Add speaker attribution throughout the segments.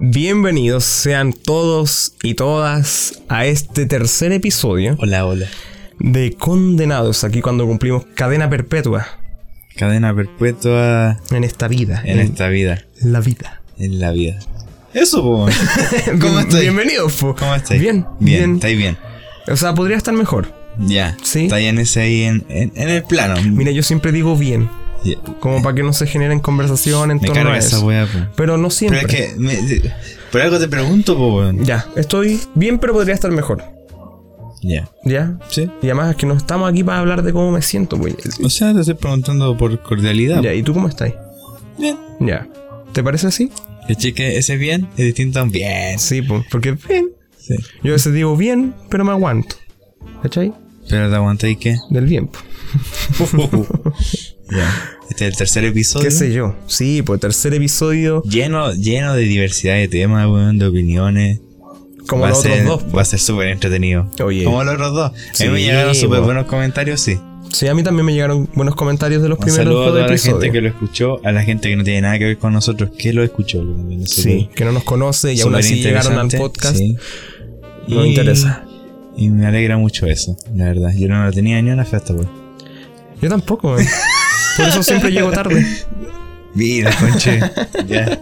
Speaker 1: Bienvenidos sean todos y todas a este tercer episodio
Speaker 2: Hola, hola.
Speaker 1: de Condenados, aquí cuando cumplimos cadena perpetua
Speaker 2: Cadena perpetua
Speaker 1: en esta vida,
Speaker 2: en este- esta vida,
Speaker 1: la vida.
Speaker 2: en la vida. Eso, po. ¿Cómo
Speaker 1: Bien-
Speaker 2: estáis?
Speaker 1: Bienvenidos, po.
Speaker 2: ¿Cómo estáis?
Speaker 1: Bien,
Speaker 2: bien.
Speaker 1: bien.
Speaker 2: ¿Estáis bien?
Speaker 1: O sea, podría estar mejor.
Speaker 2: Ya.
Speaker 1: Sí.
Speaker 2: Estáis en ese ahí, en, en- en el plano.
Speaker 1: Mira, yo siempre digo bien,
Speaker 2: Ya.
Speaker 1: como para que no se generen conversación en
Speaker 2: Me
Speaker 1: torno
Speaker 2: carga
Speaker 1: a
Speaker 2: esa
Speaker 1: eso.
Speaker 2: weá, po.
Speaker 1: Pero no
Speaker 2: Pero
Speaker 1: siempre.
Speaker 2: es que. me- por algo te pregunto, po, weón.
Speaker 1: Ya, estoy bien, pero podría estar mejor.
Speaker 2: Ya.
Speaker 1: ¿Ya?
Speaker 2: Sí.
Speaker 1: Y además es que no estamos aquí para hablar de cómo me siento, pues.
Speaker 2: O sea, te estoy preguntando por cordialidad.
Speaker 1: Ya, ¿y tú cómo estás?
Speaker 2: Bien.
Speaker 1: Ya. ¿Te parece así?
Speaker 2: Caché que ese bien es distinto a un bien.
Speaker 1: Sí, po, porque bien.
Speaker 2: Sí.
Speaker 1: Yo a veces digo bien, pero me aguanto. ¿Cachai?
Speaker 2: Pero te aguantáis que.
Speaker 1: Del bien. po.
Speaker 2: ya. Este es el tercer episodio.
Speaker 1: ¿Qué sé yo? Sí, pues tercer episodio,
Speaker 2: Lleno, lleno de diversidad de temas, weón, de opiniones.
Speaker 1: como
Speaker 2: va
Speaker 1: los
Speaker 2: a ser,
Speaker 1: otros dos. po.
Speaker 2: Va a ser súper entretenido.
Speaker 1: Oye.
Speaker 2: Como los otros dos.
Speaker 1: Sí,
Speaker 2: a mí me llegaron súper
Speaker 1: po.
Speaker 2: buenos comentarios, sí.
Speaker 1: Sí, a mí también me llegaron buenos comentarios de los
Speaker 2: Un
Speaker 1: primeros
Speaker 2: saludo a
Speaker 1: dos
Speaker 2: toda la
Speaker 1: episodios.
Speaker 2: gente que lo escuchó, a la gente que no tiene nada que ver con nosotros, que lo escuchó. lo también, eso
Speaker 1: Sí,
Speaker 2: fue
Speaker 1: que no nos conoce y aún
Speaker 2: súper
Speaker 1: así llegaron al
Speaker 2: interesante,
Speaker 1: podcast.
Speaker 2: sí.
Speaker 1: No
Speaker 2: Y-
Speaker 1: interesa.
Speaker 2: Y me alegra mucho eso, la verdad. Yo no lo tenía ni una fiesta, weón.
Speaker 1: Yo tampoco, eh. Por eso siempre llego tarde.
Speaker 2: Mira, conche. ya.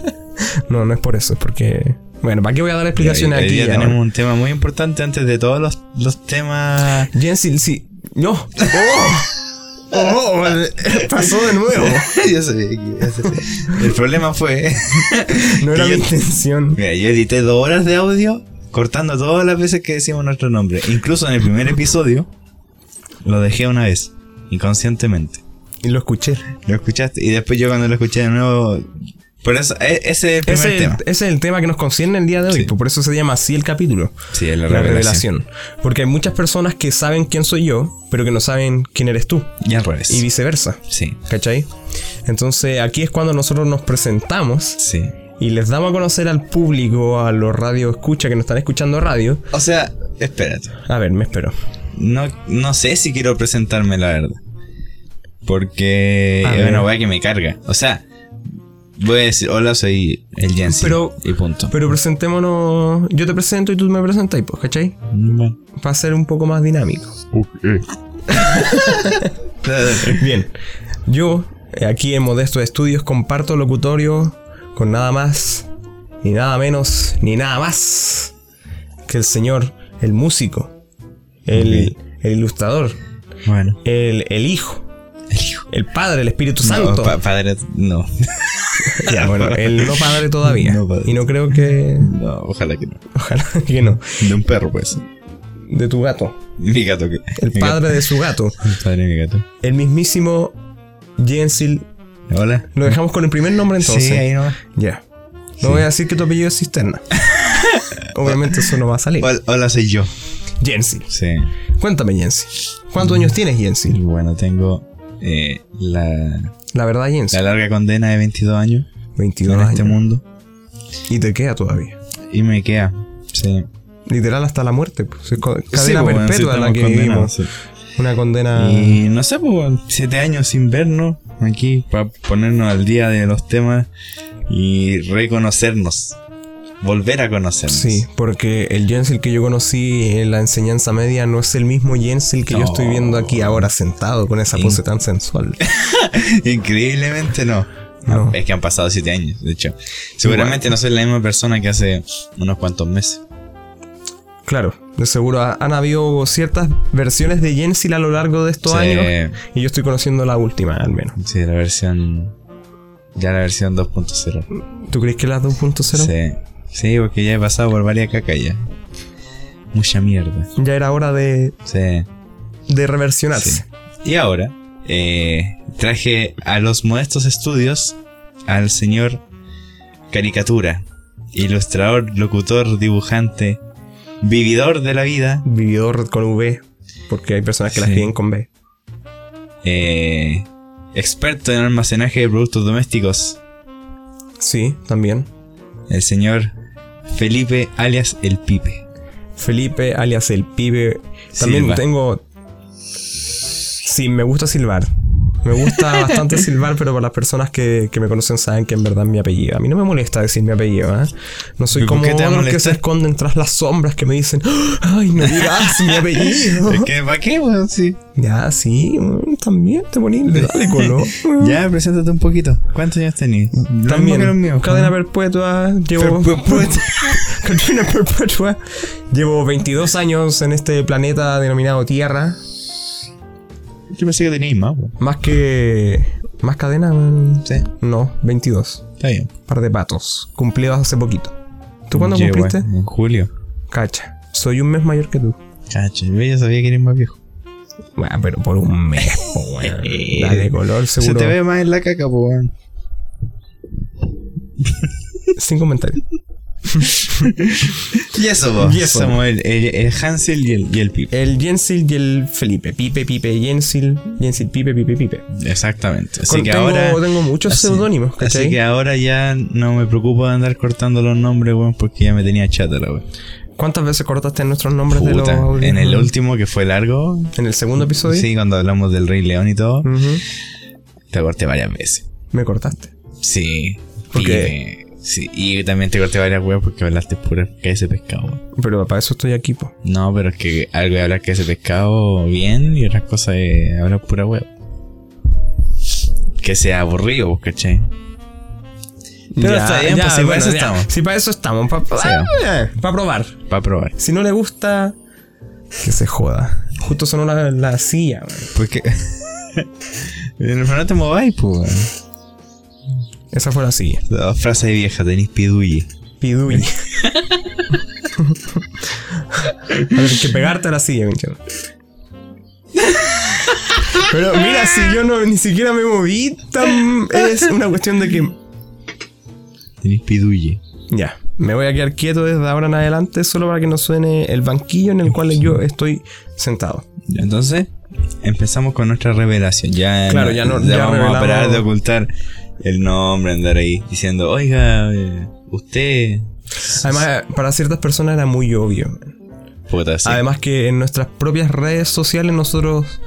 Speaker 1: No, no es por eso, es porque. Bueno, ¿para qué voy a dar explicaciones
Speaker 2: Hoy- hoy
Speaker 1: aquí?
Speaker 2: día
Speaker 1: ahora?
Speaker 2: tenemos un tema muy importante antes de todos los, los temas.
Speaker 1: Jensil, sí. ¡No! ¡Oh! ¡Oh! Pasó de nuevo.
Speaker 2: Ya sabía que iba a ser. El problema fue.
Speaker 1: No era
Speaker 2: Que
Speaker 1: mi
Speaker 2: yo-
Speaker 1: intención.
Speaker 2: Mira, yo edité dos horas de audio cortando todas las veces que decimos nuestro nombre. Incluso en el primer episodio lo dejé una vez, inconscientemente.
Speaker 1: Y lo escuché.
Speaker 2: Lo escuchaste y después yo cuando lo escuché de nuevo... Por eso, e- ese es el primer
Speaker 1: Ese,
Speaker 2: tema.
Speaker 1: ese es el tema que nos concierne el día de hoy. pues,
Speaker 2: Sí.
Speaker 1: Por eso se llama así el capítulo.
Speaker 2: Sí, es
Speaker 1: La,
Speaker 2: la,
Speaker 1: revelación.
Speaker 2: revelación.
Speaker 1: Porque hay muchas personas que saben quién soy yo, pero que no saben quién eres tú.
Speaker 2: Y al revés.
Speaker 1: Y viceversa.
Speaker 2: sí,
Speaker 1: ¿Cachai? Entonces aquí es cuando nosotros nos presentamos
Speaker 2: sí.
Speaker 1: y les damos a conocer al público, a los radio escucha que nos están escuchando radio.
Speaker 2: O sea, espérate.
Speaker 1: A ver, me espero.
Speaker 2: No, no sé si quiero presentarme, la verdad. Porque
Speaker 1: A
Speaker 2: es
Speaker 1: ver.
Speaker 2: una weá que me carga. O sea, voy a decir, hola, soy el Jensen.
Speaker 1: Pero-
Speaker 2: y punto.
Speaker 1: Pero presentémonos. Yo te presento y tú me presentas, pues, ¿cachai?
Speaker 2: Bueno.
Speaker 1: Va a ser un poco más dinámico. Bien, yo eh, aquí en Modesto Estudios comparto locutorio con nada más, ni nada menos, ni nada más que el señor, el músico, el, el ilustrador,
Speaker 2: bueno.
Speaker 1: el, el hijo,
Speaker 2: El hijo.
Speaker 1: el padre, el Espíritu
Speaker 2: No,
Speaker 1: Santo.
Speaker 2: pa- padre, no.
Speaker 1: Ya, bueno, el no padre todavía.
Speaker 2: No padre.
Speaker 1: Y no creo que.
Speaker 2: No, ojalá que no.
Speaker 1: Ojalá que no.
Speaker 2: De un perro, pues.
Speaker 1: De tu gato.
Speaker 2: Mi gato que.
Speaker 1: El
Speaker 2: mi
Speaker 1: padre de su gato.
Speaker 2: gato- El padre de mi gato.
Speaker 1: El mismísimo Jensil.
Speaker 2: Hola.
Speaker 1: Lo dejamos con el primer nombre entonces.
Speaker 2: Sí, ahí nomás.
Speaker 1: Ya. No voy a decir que tu apellido es cisterna. Obviamente eso no va a salir.
Speaker 2: Hola, hola, soy yo.
Speaker 1: Jensi.
Speaker 2: Sí.
Speaker 1: Cuéntame, Jensi. ¿Cuántos años tienes,
Speaker 2: Y
Speaker 1: Jensi?
Speaker 2: bueno, tengo eh, la,
Speaker 1: La verdad, Jensi.
Speaker 2: la larga condena de 22 años
Speaker 1: 22
Speaker 2: en
Speaker 1: años.
Speaker 2: este mundo.
Speaker 1: Y te queda todavía.
Speaker 2: Y me queda. Sí.
Speaker 1: Literal hasta la muerte. pues. Es co-
Speaker 2: Sí,
Speaker 1: cadena
Speaker 2: pues, bueno, sí,
Speaker 1: perpetua la
Speaker 2: estamos
Speaker 1: que
Speaker 2: condenados,
Speaker 1: vivimos. Ah.
Speaker 2: sí.
Speaker 1: Una condena...
Speaker 2: Y no sé, pues, bueno, siete años sin vernos aquí para ponernos al día de los temas y reconocernos. Volver a conocernos.
Speaker 1: Sí, porque el Jensil que yo conocí en la enseñanza media no es el mismo Jensil que yo
Speaker 2: No.
Speaker 1: estoy viendo aquí ahora sentado con esa
Speaker 2: Sí.
Speaker 1: pose tan sensual.
Speaker 2: Increíblemente no. Ah,
Speaker 1: No.
Speaker 2: Es que han pasado siete años, de hecho. Seguramente no soy la misma persona que hace unos cuantos meses.
Speaker 1: Claro, de seguro ha- han habido ciertas versiones de Jensil a lo largo de estos
Speaker 2: Sí.
Speaker 1: años Y yo estoy conociendo la última, al menos.
Speaker 2: Sí, la versión. Ya la versión 2.0.
Speaker 1: ¿Tú crees que la 2.0?
Speaker 2: Sí. Sí, porque ya he pasado por varias cacas ya. Mucha mierda.
Speaker 1: Ya era hora de,
Speaker 2: Sí.
Speaker 1: de reversionarse.
Speaker 2: sí. Y ahora, eh, traje a los modestos estudios al señor Caricatura. Ilustrador, locutor, dibujante, vividor de la vida.
Speaker 1: Vividor con V, porque hay personas que las
Speaker 2: Sí.
Speaker 1: piden con B.
Speaker 2: Eh, experto en almacenaje de productos domésticos,
Speaker 1: Sí, también.
Speaker 2: el señor Felipe alias El Pipe.
Speaker 1: Felipe, alias el pibe. También
Speaker 2: Silva.
Speaker 1: tengo... Sí, me gusta silbar. Me gusta bastante silbar, pero para las personas que, que me conocen saben que en verdad es mi apellido. A mí no me molesta decir mi apellido, ¿eh? No soy
Speaker 2: ¿Y por
Speaker 1: como
Speaker 2: qué te va a
Speaker 1: otros que se
Speaker 2: molestar?
Speaker 1: esconden tras las sombras que me dicen, ¡ay, no digas mi apellido!
Speaker 2: Es que, ¿para qué, weón? Sí.
Speaker 1: ya, sí, mm, también te poní dale color.
Speaker 2: Ya, preséntate un poquito. ¿Cuántos años tenías? Lo mismo que los
Speaker 1: También,
Speaker 2: míos,
Speaker 1: cadena
Speaker 2: weón.
Speaker 1: perpetua, llevo...
Speaker 2: Perpetua.
Speaker 1: cadena perpetua. Llevo 22 años en este planeta denominado Tierra.
Speaker 2: Yo pensé que tenías más, weón.
Speaker 1: Más que... ¿Más cadena? mm,
Speaker 2: Sí,
Speaker 1: No, 22.
Speaker 2: está bien.
Speaker 1: par de patos, cumplidos hace poquito. ¿Tú cuándo
Speaker 2: Llevo,
Speaker 1: cumpliste?
Speaker 2: eh, En julio.
Speaker 1: Cacha, soy un mes mayor que tú.
Speaker 2: Cacho, yo ya sabía que eres más viejo.
Speaker 1: Bueno, pero por un mes, po, weón. Dale color, seguro.
Speaker 2: Se te ve más en la caca, po, weón.
Speaker 1: Sin comentario.
Speaker 2: Y eso, po.
Speaker 1: Y eso.
Speaker 2: Somos el, el- el Hansel y el, y el Pipe.
Speaker 1: El Jensil y el Felipe. Pipe, Pipe, Jensil. Jensil, Pipe, Pipe, Pipe.
Speaker 2: Exactamente. Así
Speaker 1: Con-
Speaker 2: que
Speaker 1: tengo,
Speaker 2: ahora.
Speaker 1: tengo muchos
Speaker 2: así-
Speaker 1: seudónimos,
Speaker 2: Así
Speaker 1: ¿cachai?
Speaker 2: que ahora ya no me preocupo de andar cortando los nombres, weón, porque ya me tenía chata la weón.
Speaker 1: ¿Cuántas veces cortaste nuestros nombres de los
Speaker 2: Puta.
Speaker 1: audios?
Speaker 2: En el último que fue largo.
Speaker 1: ¿En el segundo episodio?
Speaker 2: Sí, cuando hablamos del Rey León y todo.
Speaker 1: Ujú.
Speaker 2: Te corté varias veces.
Speaker 1: Me cortaste.
Speaker 2: Sí.
Speaker 1: ¿Por
Speaker 2: pibe, Sí. Y también te corté varias weas porque hablaste pura que ese pescado, weón.
Speaker 1: Pero para eso estoy aquí, po.
Speaker 2: No, pero es que algo de hablar que ese pescado bien y otras cosas de hablar pura web. Que sea aburrido, pues, ¿cachai? Pero está bien, pues, si para eso estamos.
Speaker 1: Si para eso estamos, para probar.
Speaker 2: Para probar.
Speaker 1: Si no le gusta, que se joda. Justo sonó la, la silla, weón.
Speaker 2: Porque. en el no te mováis, pues.
Speaker 1: Esa fue la silla.
Speaker 2: Dos frases de vieja, tenéis piduye.
Speaker 1: Piduy. a ver, que pegarte a la silla, pinche. Pero mira, si yo no ni siquiera me moví, tan- es una cuestión de que.
Speaker 2: Tenéis piduye.
Speaker 1: Ya, me voy a quedar quieto desde ahora en adelante solo para que no suene el banquillo en el cual yo estoy sentado.
Speaker 2: Entonces, empezamos con nuestra revelación. Ya,
Speaker 1: Claro, ya no- ya
Speaker 2: vamos
Speaker 1: revelamos-
Speaker 2: a parar de ocultar el nombre, andar ahí diciendo, oiga, eh, usted.
Speaker 1: Además, para ciertas personas era muy obvio. man.
Speaker 2: Puta, sí.
Speaker 1: Además que en nuestras propias redes sociales nosotros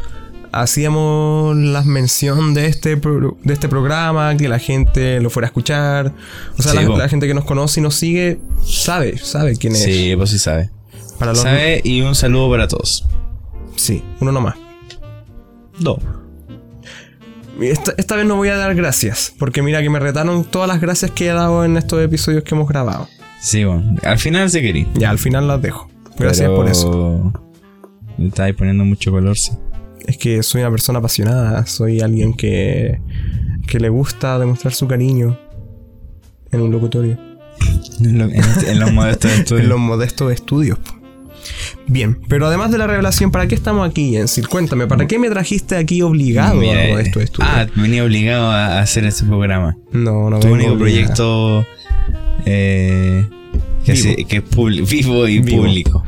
Speaker 1: hacíamos la mención de este, pro- de este programa, que la gente lo fuera a escuchar. O sea,
Speaker 2: Sí,
Speaker 1: la,
Speaker 2: po.
Speaker 1: la gente que nos conoce y nos sigue sabe, sabe quién es.
Speaker 2: Sí, pues sí sabe.
Speaker 1: Para los,
Speaker 2: ¿Sabe? Y un saludo para todos.
Speaker 1: Sí, uno nomás.
Speaker 2: Dos.
Speaker 1: Esta, esta vez no voy a dar gracias, porque mira que me retaron todas las gracias que he dado en estos episodios que hemos grabado.
Speaker 2: Sí, bueno. Al final se querí.
Speaker 1: Ya, al final las dejo. Gracias por eso.
Speaker 2: Le estáis poniendo mucho color, sí.
Speaker 1: Es que soy una persona apasionada, soy alguien que, que le gusta demostrar su cariño en un locutorio,
Speaker 2: En, lo- en este- en los modestos de estudio.
Speaker 1: en los modestos estudios. po. Bien, pero además de la revelación, ¿para qué estamos aquí, Ensil? Cuéntame, ¿para qué me trajiste aquí obligado
Speaker 2: Mira,
Speaker 1: a
Speaker 2: eh,
Speaker 1: modestos estudios?
Speaker 2: Ah, venía obligado a a hacer este programa.
Speaker 1: no, no
Speaker 2: Tu
Speaker 1: vengo
Speaker 2: único
Speaker 1: obligado.
Speaker 2: proyecto eh, que,
Speaker 1: Vivo.
Speaker 2: se- que es publi- vivo y
Speaker 1: Vivo.
Speaker 2: público.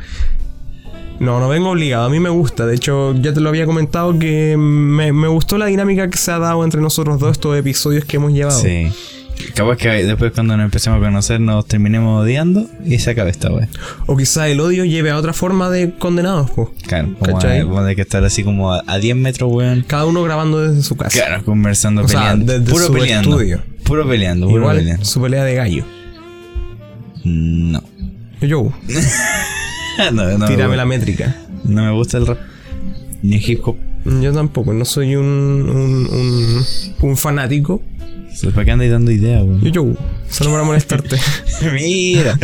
Speaker 1: No, no vengo obligado, a mí me gusta. De hecho, ya te lo había comentado que me, me gustó la dinámica que se ha dado entre nosotros dos estos episodios que hemos llevado.
Speaker 2: Sí. Capaz que después cuando nos empecemos a conocer nos terminemos odiando y se acaba esta wea.
Speaker 1: O quizá el odio lleve a otra forma de condenados, po.
Speaker 2: Claro, como
Speaker 1: ¿Cachai?
Speaker 2: a- vamos a tener que estar así como a, a 10 metros, weón.
Speaker 1: Cada uno grabando desde su casa.
Speaker 2: Claro, conversando,
Speaker 1: O sea,
Speaker 2: peleando.
Speaker 1: desde
Speaker 2: puro
Speaker 1: su
Speaker 2: peleando.
Speaker 1: estudio.
Speaker 2: Puro peleando, puro
Speaker 1: Igual
Speaker 2: peleando.
Speaker 1: su pelea de gallo.
Speaker 2: No.
Speaker 1: Yo,
Speaker 2: no, no,
Speaker 1: tírame
Speaker 2: me-
Speaker 1: la métrica.
Speaker 2: no me gusta el rap. Ni el hip hop.
Speaker 1: Yo tampoco, no soy un, un, un, un fanático.
Speaker 2: Se para qué andáis dando ideas,
Speaker 1: Yo,
Speaker 2: weón.
Speaker 1: yo, solo para molestarte.
Speaker 2: Mira.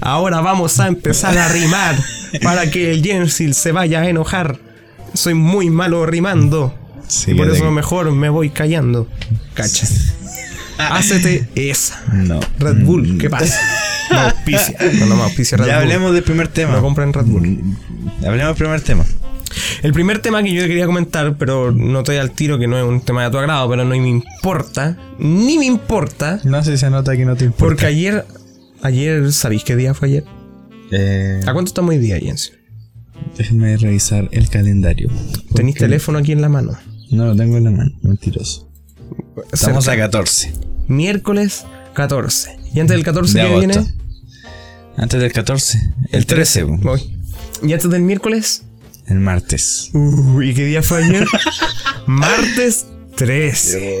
Speaker 1: Ahora vamos a empezar a rimar para que el Jensil se vaya a enojar. Soy muy malo rimando.
Speaker 2: Sí,
Speaker 1: y por
Speaker 2: de-
Speaker 1: eso mejor me voy callando. Cacha. Hácete esa.
Speaker 2: No.
Speaker 1: Red Bull, ¿qué pasa? No auspicia. No, no me auspicia Red
Speaker 2: Mm. Ya
Speaker 1: Bull.
Speaker 2: hablemos del primer tema. Mm.
Speaker 1: No compren Red Bull.
Speaker 2: Hablemos del primer tema.
Speaker 1: El primer tema que yo quería comentar, pero noté al tiro que no es un tema de tu agrado, pero no me importa, ni me importa,
Speaker 2: No sé si se nota que no te
Speaker 1: porque ayer, ayer, ¿sabéis qué día fue ayer?
Speaker 2: Eh,
Speaker 1: ¿A cuánto estamos hoy día, Jens?
Speaker 2: déjenme revisar el calendario.
Speaker 1: ¿Tenéis
Speaker 2: Porque
Speaker 1: teléfono aquí en la mano?
Speaker 2: No lo tengo en la mano. Mentiroso. Estamos
Speaker 1: Cerca.
Speaker 2: a 14.
Speaker 1: Miércoles 14. ¿Y antes del 14
Speaker 2: De
Speaker 1: que
Speaker 2: agosto.
Speaker 1: viene?
Speaker 2: Antes del 14. El 13, weón.
Speaker 1: Voy. ¿Y antes del miércoles?
Speaker 2: El martes.
Speaker 1: Uh, ¿Y qué día fue ayer? Martes 13.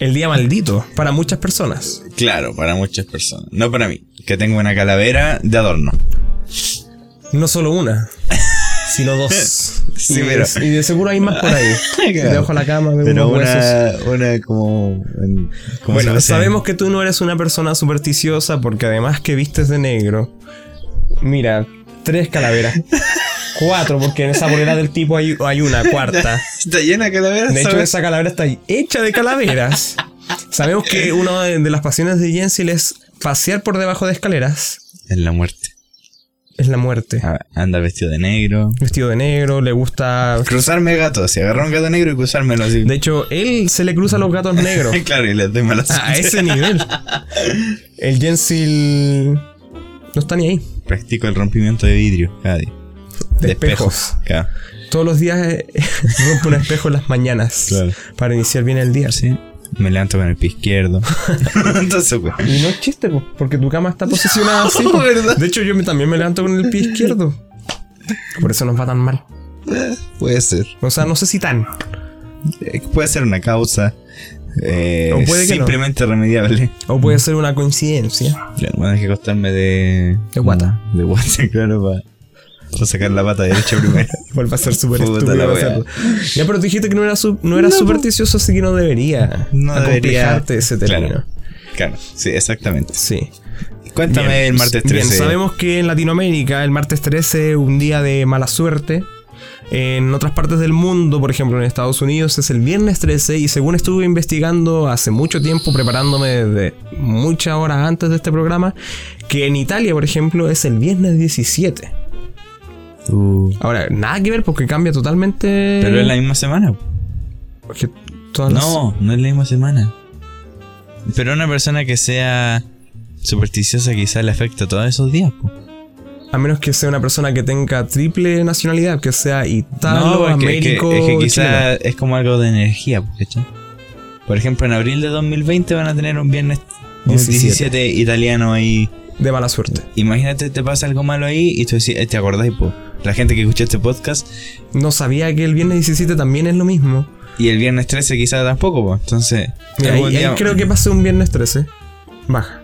Speaker 1: El día maldito para muchas personas.
Speaker 2: Claro, para muchas personas. No para mí, que tengo una calavera de adorno.
Speaker 1: No solo una, sino dos.
Speaker 2: Sí,
Speaker 1: y, de-
Speaker 2: pero-
Speaker 1: y de seguro hay más por ahí.
Speaker 2: Claro.
Speaker 1: Debajo de la cama, de
Speaker 2: Pero
Speaker 1: unos huesos.
Speaker 2: una, una como... en- ¿cómo se
Speaker 1: Bueno,
Speaker 2: dice?
Speaker 1: sabemos que tú no eres una persona supersticiosa porque además que vistes de negro. Mira, tres calaveras. Cuatro, porque en esa bolera del tipo hay, hay una cuarta.
Speaker 2: Está llena de calaveras.
Speaker 1: De hecho,
Speaker 2: ¿sabes?
Speaker 1: esa calavera está hecha de calaveras. Sabemos que una de de las pasiones de Jensil es pasear por debajo de escaleras.
Speaker 2: Es la muerte.
Speaker 1: Es la muerte.
Speaker 2: Ah, Anda vestido de negro.
Speaker 1: Vestido de negro, le gusta.
Speaker 2: Cruzarme gatos. Si agarrar un gato negro y cruzármelo así.
Speaker 1: De hecho, él se le cruza a los gatos negros.
Speaker 2: claro, y les doy mala
Speaker 1: A
Speaker 2: suerte.
Speaker 1: ese nivel. El Jensil. No está ni ahí.
Speaker 2: Practico el rompimiento de vidrio cada día.
Speaker 1: De espejos.
Speaker 2: Claro.
Speaker 1: Todos los días eh, rompo un espejo en las mañanas
Speaker 2: Claro.
Speaker 1: para iniciar bien el día.
Speaker 2: Sí. Me levanto con el pie izquierdo. Entonces, pues.
Speaker 1: Y no es chiste, po, porque tu cama está posicionada así. po.
Speaker 2: ¿Verdad?
Speaker 1: De hecho, yo me- también me levanto con el pie izquierdo. Por eso nos va tan mal.
Speaker 2: Puede ser.
Speaker 1: O sea, no sé si tan.
Speaker 2: Eh, Puede ser una causa. eh,
Speaker 1: O puede que no.
Speaker 2: simplemente remediable.
Speaker 1: O puede ser una coincidencia.
Speaker 2: Claro, voy a tener que acostarme de.
Speaker 1: De guata.
Speaker 2: De guata, claro, para sacar la pata derecha primero.
Speaker 1: Igual va a ser súper
Speaker 2: Puta
Speaker 1: estúpido
Speaker 2: la wea.
Speaker 1: hacerlo. Ya, pero tú dijiste que no era, su- no era supersticioso, así que no debería
Speaker 2: No debería.
Speaker 1: acomplejarte ese término.
Speaker 2: Claro. Claro, sí, exactamente.
Speaker 1: Sí.
Speaker 2: Cuéntame
Speaker 1: Bien.
Speaker 2: el martes 13.
Speaker 1: Bien, sabemos que en Latinoamérica el martes 13 es un día de mala suerte. En otras partes del mundo, por ejemplo en Estados Unidos, es el viernes 13 y según estuve investigando hace mucho tiempo, preparándome desde muchas horas antes de este programa, que en Italia, por ejemplo, es el viernes 17.
Speaker 2: Uh,
Speaker 1: Ahora, nada que ver porque cambia totalmente...
Speaker 2: Pero es la misma semana.
Speaker 1: porque todas las-
Speaker 2: No, no es la misma semana. Pero una persona que sea supersticiosa quizás le afecta todos esos días. po.
Speaker 1: A menos que sea una persona que tenga triple nacionalidad, que sea italo,
Speaker 2: es que- es que-
Speaker 1: américo,
Speaker 2: es que,
Speaker 1: chileno.
Speaker 2: quizás es como algo de energía. po, ¿cachai? Por ejemplo, en abril de 2020 van a tener un viernes un
Speaker 1: 17.
Speaker 2: 17 italiano ahí.
Speaker 1: de mala suerte.
Speaker 2: Imagínate, te pasa algo malo ahí y tú decís, eh, ¿te acordás? po? La gente que escucha este podcast
Speaker 1: No sabía que el viernes 17 también es lo mismo.
Speaker 2: y el viernes 13 quizás tampoco. po. Entonces,
Speaker 1: Mira,
Speaker 2: es
Speaker 1: ahí,
Speaker 2: buen
Speaker 1: ahí
Speaker 2: día-
Speaker 1: creo que pasé un viernes 13. Baja.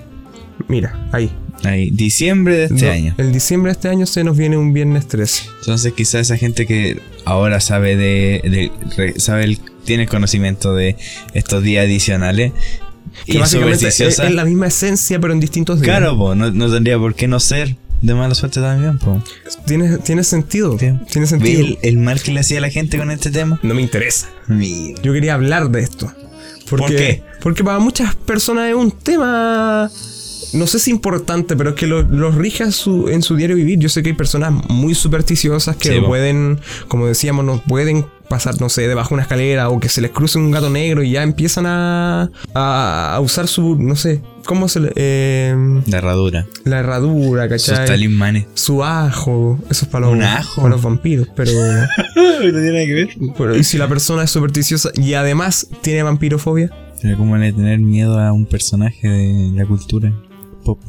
Speaker 1: Mira, ahí.
Speaker 2: ahí, diciembre de este
Speaker 1: No,
Speaker 2: año.
Speaker 1: El diciembre de este año se nos viene un viernes 13.
Speaker 2: Entonces quizá esa gente que ahora sabe de, de- re- sabe el- tiene el conocimiento de estos días adicionales
Speaker 1: Que
Speaker 2: y
Speaker 1: básicamente es,
Speaker 2: supersticiosa.
Speaker 1: es la misma esencia, pero en distintos días.
Speaker 2: Claro, po, no, no tendría por qué no ser de mala suerte también, po.
Speaker 1: Tiene, tiene sentido.
Speaker 2: Sí.
Speaker 1: Tiene
Speaker 2: ¿Ve
Speaker 1: sentido.
Speaker 2: el, el mal que le hacía a la gente con este tema?
Speaker 1: No me interesa.
Speaker 2: Mira.
Speaker 1: Yo quería hablar de esto. Porque,
Speaker 2: ¿Por qué?
Speaker 1: Porque para muchas personas es un tema. No sé si importante, pero es que lo- los rige a su- en su diario vivir. Yo sé que hay personas muy supersticiosas que
Speaker 2: Sí, po.
Speaker 1: pueden, como decíamos, no pueden pasar, no sé, debajo de una escalera o que se les cruce un gato negro y ya empiezan a, a, a usar su, no sé, ¿cómo se le- eh,
Speaker 2: La herradura.
Speaker 1: La herradura,
Speaker 2: Sus
Speaker 1: ¿cachai?
Speaker 2: talismanes.
Speaker 1: Su ajo, eso es para los,
Speaker 2: ¿Un ajo?
Speaker 1: para los vampiros, pero...
Speaker 2: no tiene nada que ver.
Speaker 1: Pero ¿y si la persona es supersticiosa y además tiene vampirofobia?
Speaker 2: Pero como le tener miedo a un personaje de la cultura pop.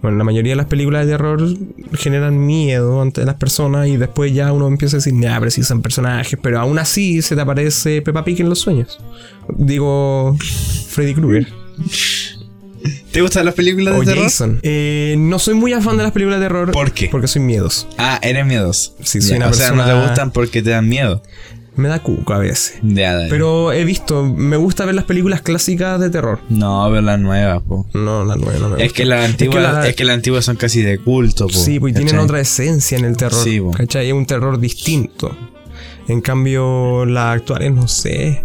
Speaker 1: Bueno, la mayoría de las películas de terror generan miedo ante las personas y después ya uno empieza a decir, nah, pero sí son personajes, pero aún así se te aparece Peppa Pig en los sueños. Digo, Freddy Krueger
Speaker 2: ¿Te gustan las películas
Speaker 1: o
Speaker 2: de terror?
Speaker 1: Jason. Eh, no soy muy afán de las películas de terror.
Speaker 2: ¿Por qué?
Speaker 1: Porque soy miedos.
Speaker 2: Ah, eres miedoso.
Speaker 1: Sí, soy
Speaker 2: Ya,
Speaker 1: una
Speaker 2: o sea, no
Speaker 1: persona-
Speaker 2: te gustan porque te dan miedo.
Speaker 1: Me da cuco a veces.
Speaker 2: Ya, dale.
Speaker 1: Pero he visto, me gusta ver las películas clásicas de terror.
Speaker 2: No, pero las nuevas, po.
Speaker 1: No, la nueva no me gusta.
Speaker 2: Es que las antiguas, es que
Speaker 1: la-
Speaker 2: las antiguas son casi de culto, po,
Speaker 1: Sí, pues y tienen
Speaker 2: ¿cachai?
Speaker 1: otra esencia en el terror.
Speaker 2: Sí, po.
Speaker 1: ¿Cachai? Es un terror distinto. En cambio, las actuales, no sé.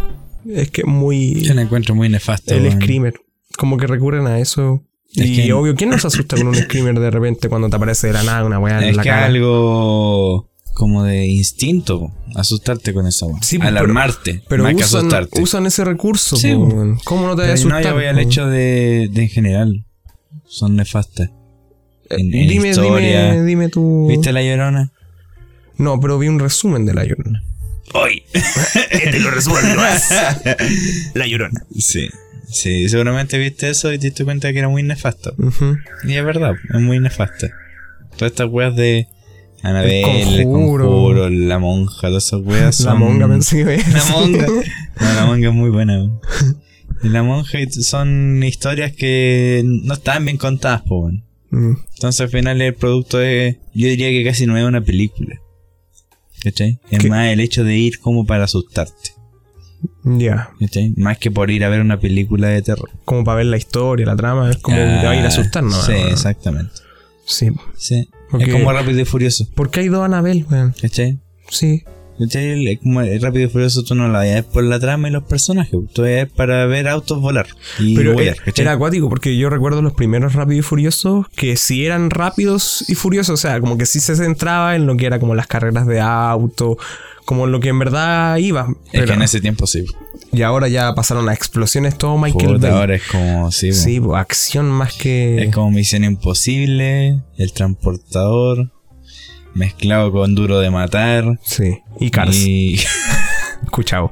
Speaker 1: Es que es muy.
Speaker 2: Yo la encuentro muy nefasta.
Speaker 1: El
Speaker 2: weón.
Speaker 1: screamer. Como que recurren a eso.
Speaker 2: eh. Es
Speaker 1: y
Speaker 2: que-
Speaker 1: obvio, ¿quién nos asusta con un screamer de repente cuando te aparece de la nada una weá en
Speaker 2: Es
Speaker 1: la
Speaker 2: que
Speaker 1: cara?
Speaker 2: algo como de instinto, po, asustarte con esa weón.
Speaker 1: Sí, pero-
Speaker 2: Alarmarte,
Speaker 1: Pero
Speaker 2: más que
Speaker 1: usan,
Speaker 2: asustarte.
Speaker 1: usan ese recurso.
Speaker 2: Sí,
Speaker 1: po,
Speaker 2: po.
Speaker 1: weón. ¿Cómo no te va a
Speaker 2: Pero no,
Speaker 1: asustar?
Speaker 2: yo voy al
Speaker 1: po?
Speaker 2: hecho de, de en general. Son nefastas.
Speaker 1: Eh,
Speaker 2: en- en
Speaker 1: dime,
Speaker 2: historia.
Speaker 1: dime, dime tú.
Speaker 2: ¿Viste la llorona?
Speaker 1: No, pero vi un resumen de la llorona.
Speaker 2: Hoy.
Speaker 1: Te lo resuelvo. la llorona.
Speaker 2: Sí. Sí, seguramente viste eso y te diste cuenta que era muy nefasto. Y es verdad, es muy nefasta. Todas estas weas de Anabel,
Speaker 1: El
Speaker 2: el conjuro.
Speaker 1: Conjuro.
Speaker 2: la monja, todas esas weas.
Speaker 1: La
Speaker 2: son-
Speaker 1: monga pensé que
Speaker 2: La
Speaker 1: es.
Speaker 2: monja. No, la monja es muy buena. weón. La monja y t- son historias que no están bien contadas, po, weón.
Speaker 1: Mm.
Speaker 2: Entonces al final el producto es. Yo diría que casi no es una película. ¿Cachai? Es
Speaker 1: ¿Qué?
Speaker 2: más el hecho de ir como para asustarte.
Speaker 1: Ya.
Speaker 2: ¿Cachai? Más que por ir a ver una película de terror.
Speaker 1: Como para ver la historia, la trama, es como que te va a ir a asustar, ¿no?
Speaker 2: Ah, Sí, exactamente.
Speaker 1: Sí.
Speaker 2: Sí.
Speaker 1: Porque-
Speaker 2: Es como Rápido y Furioso.
Speaker 1: ¿Por qué hay dos Anabel, weón?
Speaker 2: ¿Cachai?
Speaker 1: Sí.
Speaker 2: ¿Cachai? El- es como el Rápido y Furioso tú no la ves por la trama y los personajes. Tú ves para ver autos volar. Y
Speaker 1: Pero
Speaker 2: volar,
Speaker 1: era,
Speaker 2: ¿cachai?
Speaker 1: era acuático porque yo recuerdo los primeros Rápidos y Furiosos que sí eran rápidos y furiosos, o sea, como que sí se centraba en lo que era como las carreras de auto, como lo que en verdad iba.
Speaker 2: Es que
Speaker 1: Pero-
Speaker 2: en este ese tiempo sí.
Speaker 1: Y ahora ya pasaron a explosiones todo Michael
Speaker 2: Puta,
Speaker 1: Bay.
Speaker 2: ahora es como. Sí, po.
Speaker 1: Sí, po, acción más que...
Speaker 2: Es como Misión Imposible, El Transportador, mezclado con Duro de Matar.
Speaker 1: Sí. Y Cars.
Speaker 2: Y.
Speaker 1: Escuchado.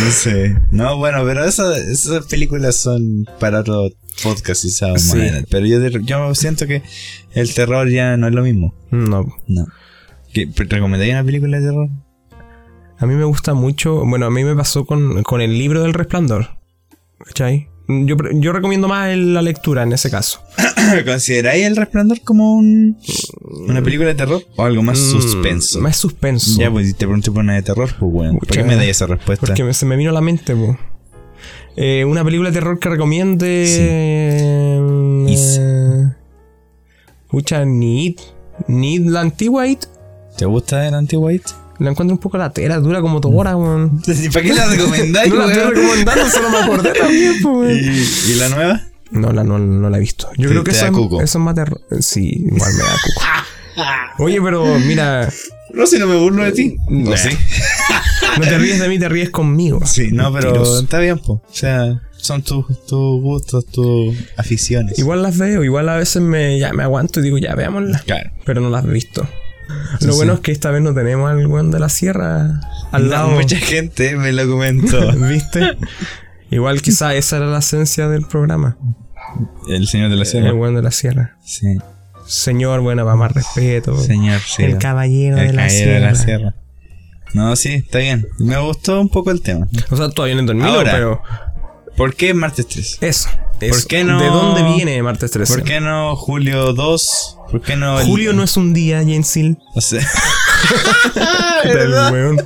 Speaker 2: No sé. No, bueno, pero esa- esas películas son para otro podcast, quizás. más
Speaker 1: Sí.
Speaker 2: adelante. Pero yo, de- yo siento que el terror ya no es lo mismo.
Speaker 1: no.
Speaker 2: No. ¿Qué, ¿Te recomendaría una película de terror?
Speaker 1: A mí me gusta mucho... Bueno, a mí me pasó con, con el libro del resplandor. ¿Cachai? Yo, pre- yo recomiendo más el- la lectura en ese caso.
Speaker 2: ¿Consideráis El Resplandor como un, una película de terror? ¿O algo más
Speaker 1: Mm,
Speaker 2: suspenso?
Speaker 1: Más suspenso.
Speaker 2: Ya, pues si te pregunté por una de terror, pues bueno. ¿Por
Speaker 1: Pucha.
Speaker 2: qué me dais esa respuesta?
Speaker 1: Porque me- se me vino a la mente, po. Eh, una película de terror que recomiende.
Speaker 2: Sí.
Speaker 1: eh,
Speaker 2: Is.
Speaker 1: Pucha, ni It. Ni It, la antigua It.
Speaker 2: ¿Te gusta el antiguo It?
Speaker 1: La encuentro un poco latera, dura como tu hora, weón.
Speaker 2: ¿Para qué la recomendáis,
Speaker 1: No la estoy
Speaker 2: weón?
Speaker 1: recomendando, solo me acordé también, po, weón.
Speaker 2: ¿Y, y la nueva?
Speaker 1: No, la, no, no la he visto. Yo
Speaker 2: Te-
Speaker 1: creo que
Speaker 2: te
Speaker 1: eso
Speaker 2: da
Speaker 1: es,
Speaker 2: cuco.
Speaker 1: eso es más terror. Sí, igual me da cuco. Oye, pero mira,
Speaker 2: No, si no me burlo de ti.
Speaker 1: No.
Speaker 2: ¿O sí?
Speaker 1: no te ríes de mí, te ríes conmigo.
Speaker 2: Sí, no, pero
Speaker 1: Mentiroso.
Speaker 2: está bien, po. O sea, son tus tus gustos, tus aficiones.
Speaker 1: Igual las veo, igual a veces me, ya me aguanto y digo, ya veámoslas.
Speaker 2: Claro.
Speaker 1: pero no las he visto.
Speaker 2: Sí,
Speaker 1: Lo
Speaker 2: sí.
Speaker 1: bueno es que esta vez no tenemos al weón de la sierra al
Speaker 2: No,
Speaker 1: lado.
Speaker 2: Mucha gente me lo comentó.
Speaker 1: ¿Viste? Igual quizá esa era la esencia del programa.
Speaker 2: El señor de la
Speaker 1: El
Speaker 2: sierra.
Speaker 1: weón de la sierra.
Speaker 2: Sí,
Speaker 1: Señor, bueno, para más respeto.
Speaker 2: señor, sí.
Speaker 1: el caballero, de,
Speaker 2: El
Speaker 1: la
Speaker 2: caballero
Speaker 1: sierra.
Speaker 2: de la sierra. No, sí, está bien. Me gustó un poco el tema.
Speaker 1: O sea, todavía no he dormido,
Speaker 2: Ahora.
Speaker 1: pero
Speaker 2: ¿Por qué martes 3?
Speaker 1: eso, eso.
Speaker 2: ¿Por qué no-
Speaker 1: ¿De dónde viene martes 13?
Speaker 2: ¿Por qué no julio 2? ¿Por qué no el-
Speaker 1: Julio no es un día, Jensil.
Speaker 2: O sea,
Speaker 1: Del weón.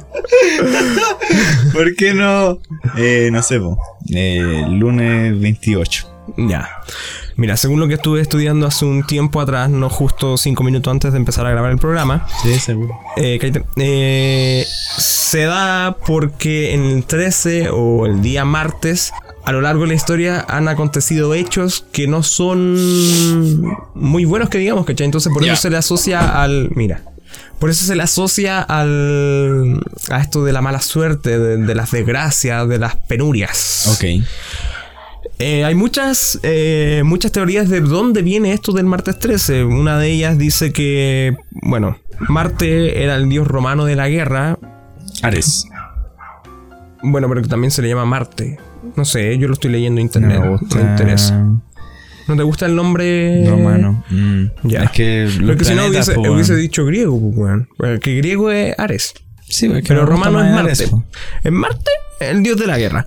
Speaker 2: ¿Por qué no? Eh, no sé, po. Eh, lunes 28.
Speaker 1: Ya. Mira, según lo que estuve estudiando hace un tiempo atrás, no justo cinco minutos antes de empezar a grabar el programa,
Speaker 2: Sí, seguro.
Speaker 1: Eh, cállate. Eh, se da porque en el 13 o el día martes, a lo largo de la historia han acontecido hechos que no son muy buenos que digamos, ¿cachai? Entonces por
Speaker 2: Ya.
Speaker 1: eso se le asocia al... Mira. Por eso se le asocia al, a esto de la mala suerte, de, de las desgracias, de las penurias.
Speaker 2: Ok.
Speaker 1: Eh, hay muchas, eh, muchas teorías de dónde viene esto del martes 13. Una de ellas dice que, bueno, Marte era el dios romano de la guerra.
Speaker 2: Ares.
Speaker 1: Bueno, pero que también se le llama Marte. No sé, yo lo estoy leyendo en internet. No me, interesa. ¿No te gusta el nombre
Speaker 2: Romano. Mm.
Speaker 1: Ya.
Speaker 2: Es que los
Speaker 1: Porque si no
Speaker 2: planetas,
Speaker 1: hubiese,
Speaker 2: po,
Speaker 1: hubiese
Speaker 2: weón.
Speaker 1: dicho griego, pues, weón. Bueno, que griego es Ares.
Speaker 2: Sí, es que
Speaker 1: Pero
Speaker 2: me gusta
Speaker 1: romano
Speaker 2: más
Speaker 1: es
Speaker 2: Ares,
Speaker 1: Marte.
Speaker 2: po.
Speaker 1: Es Marte, el dios de la guerra.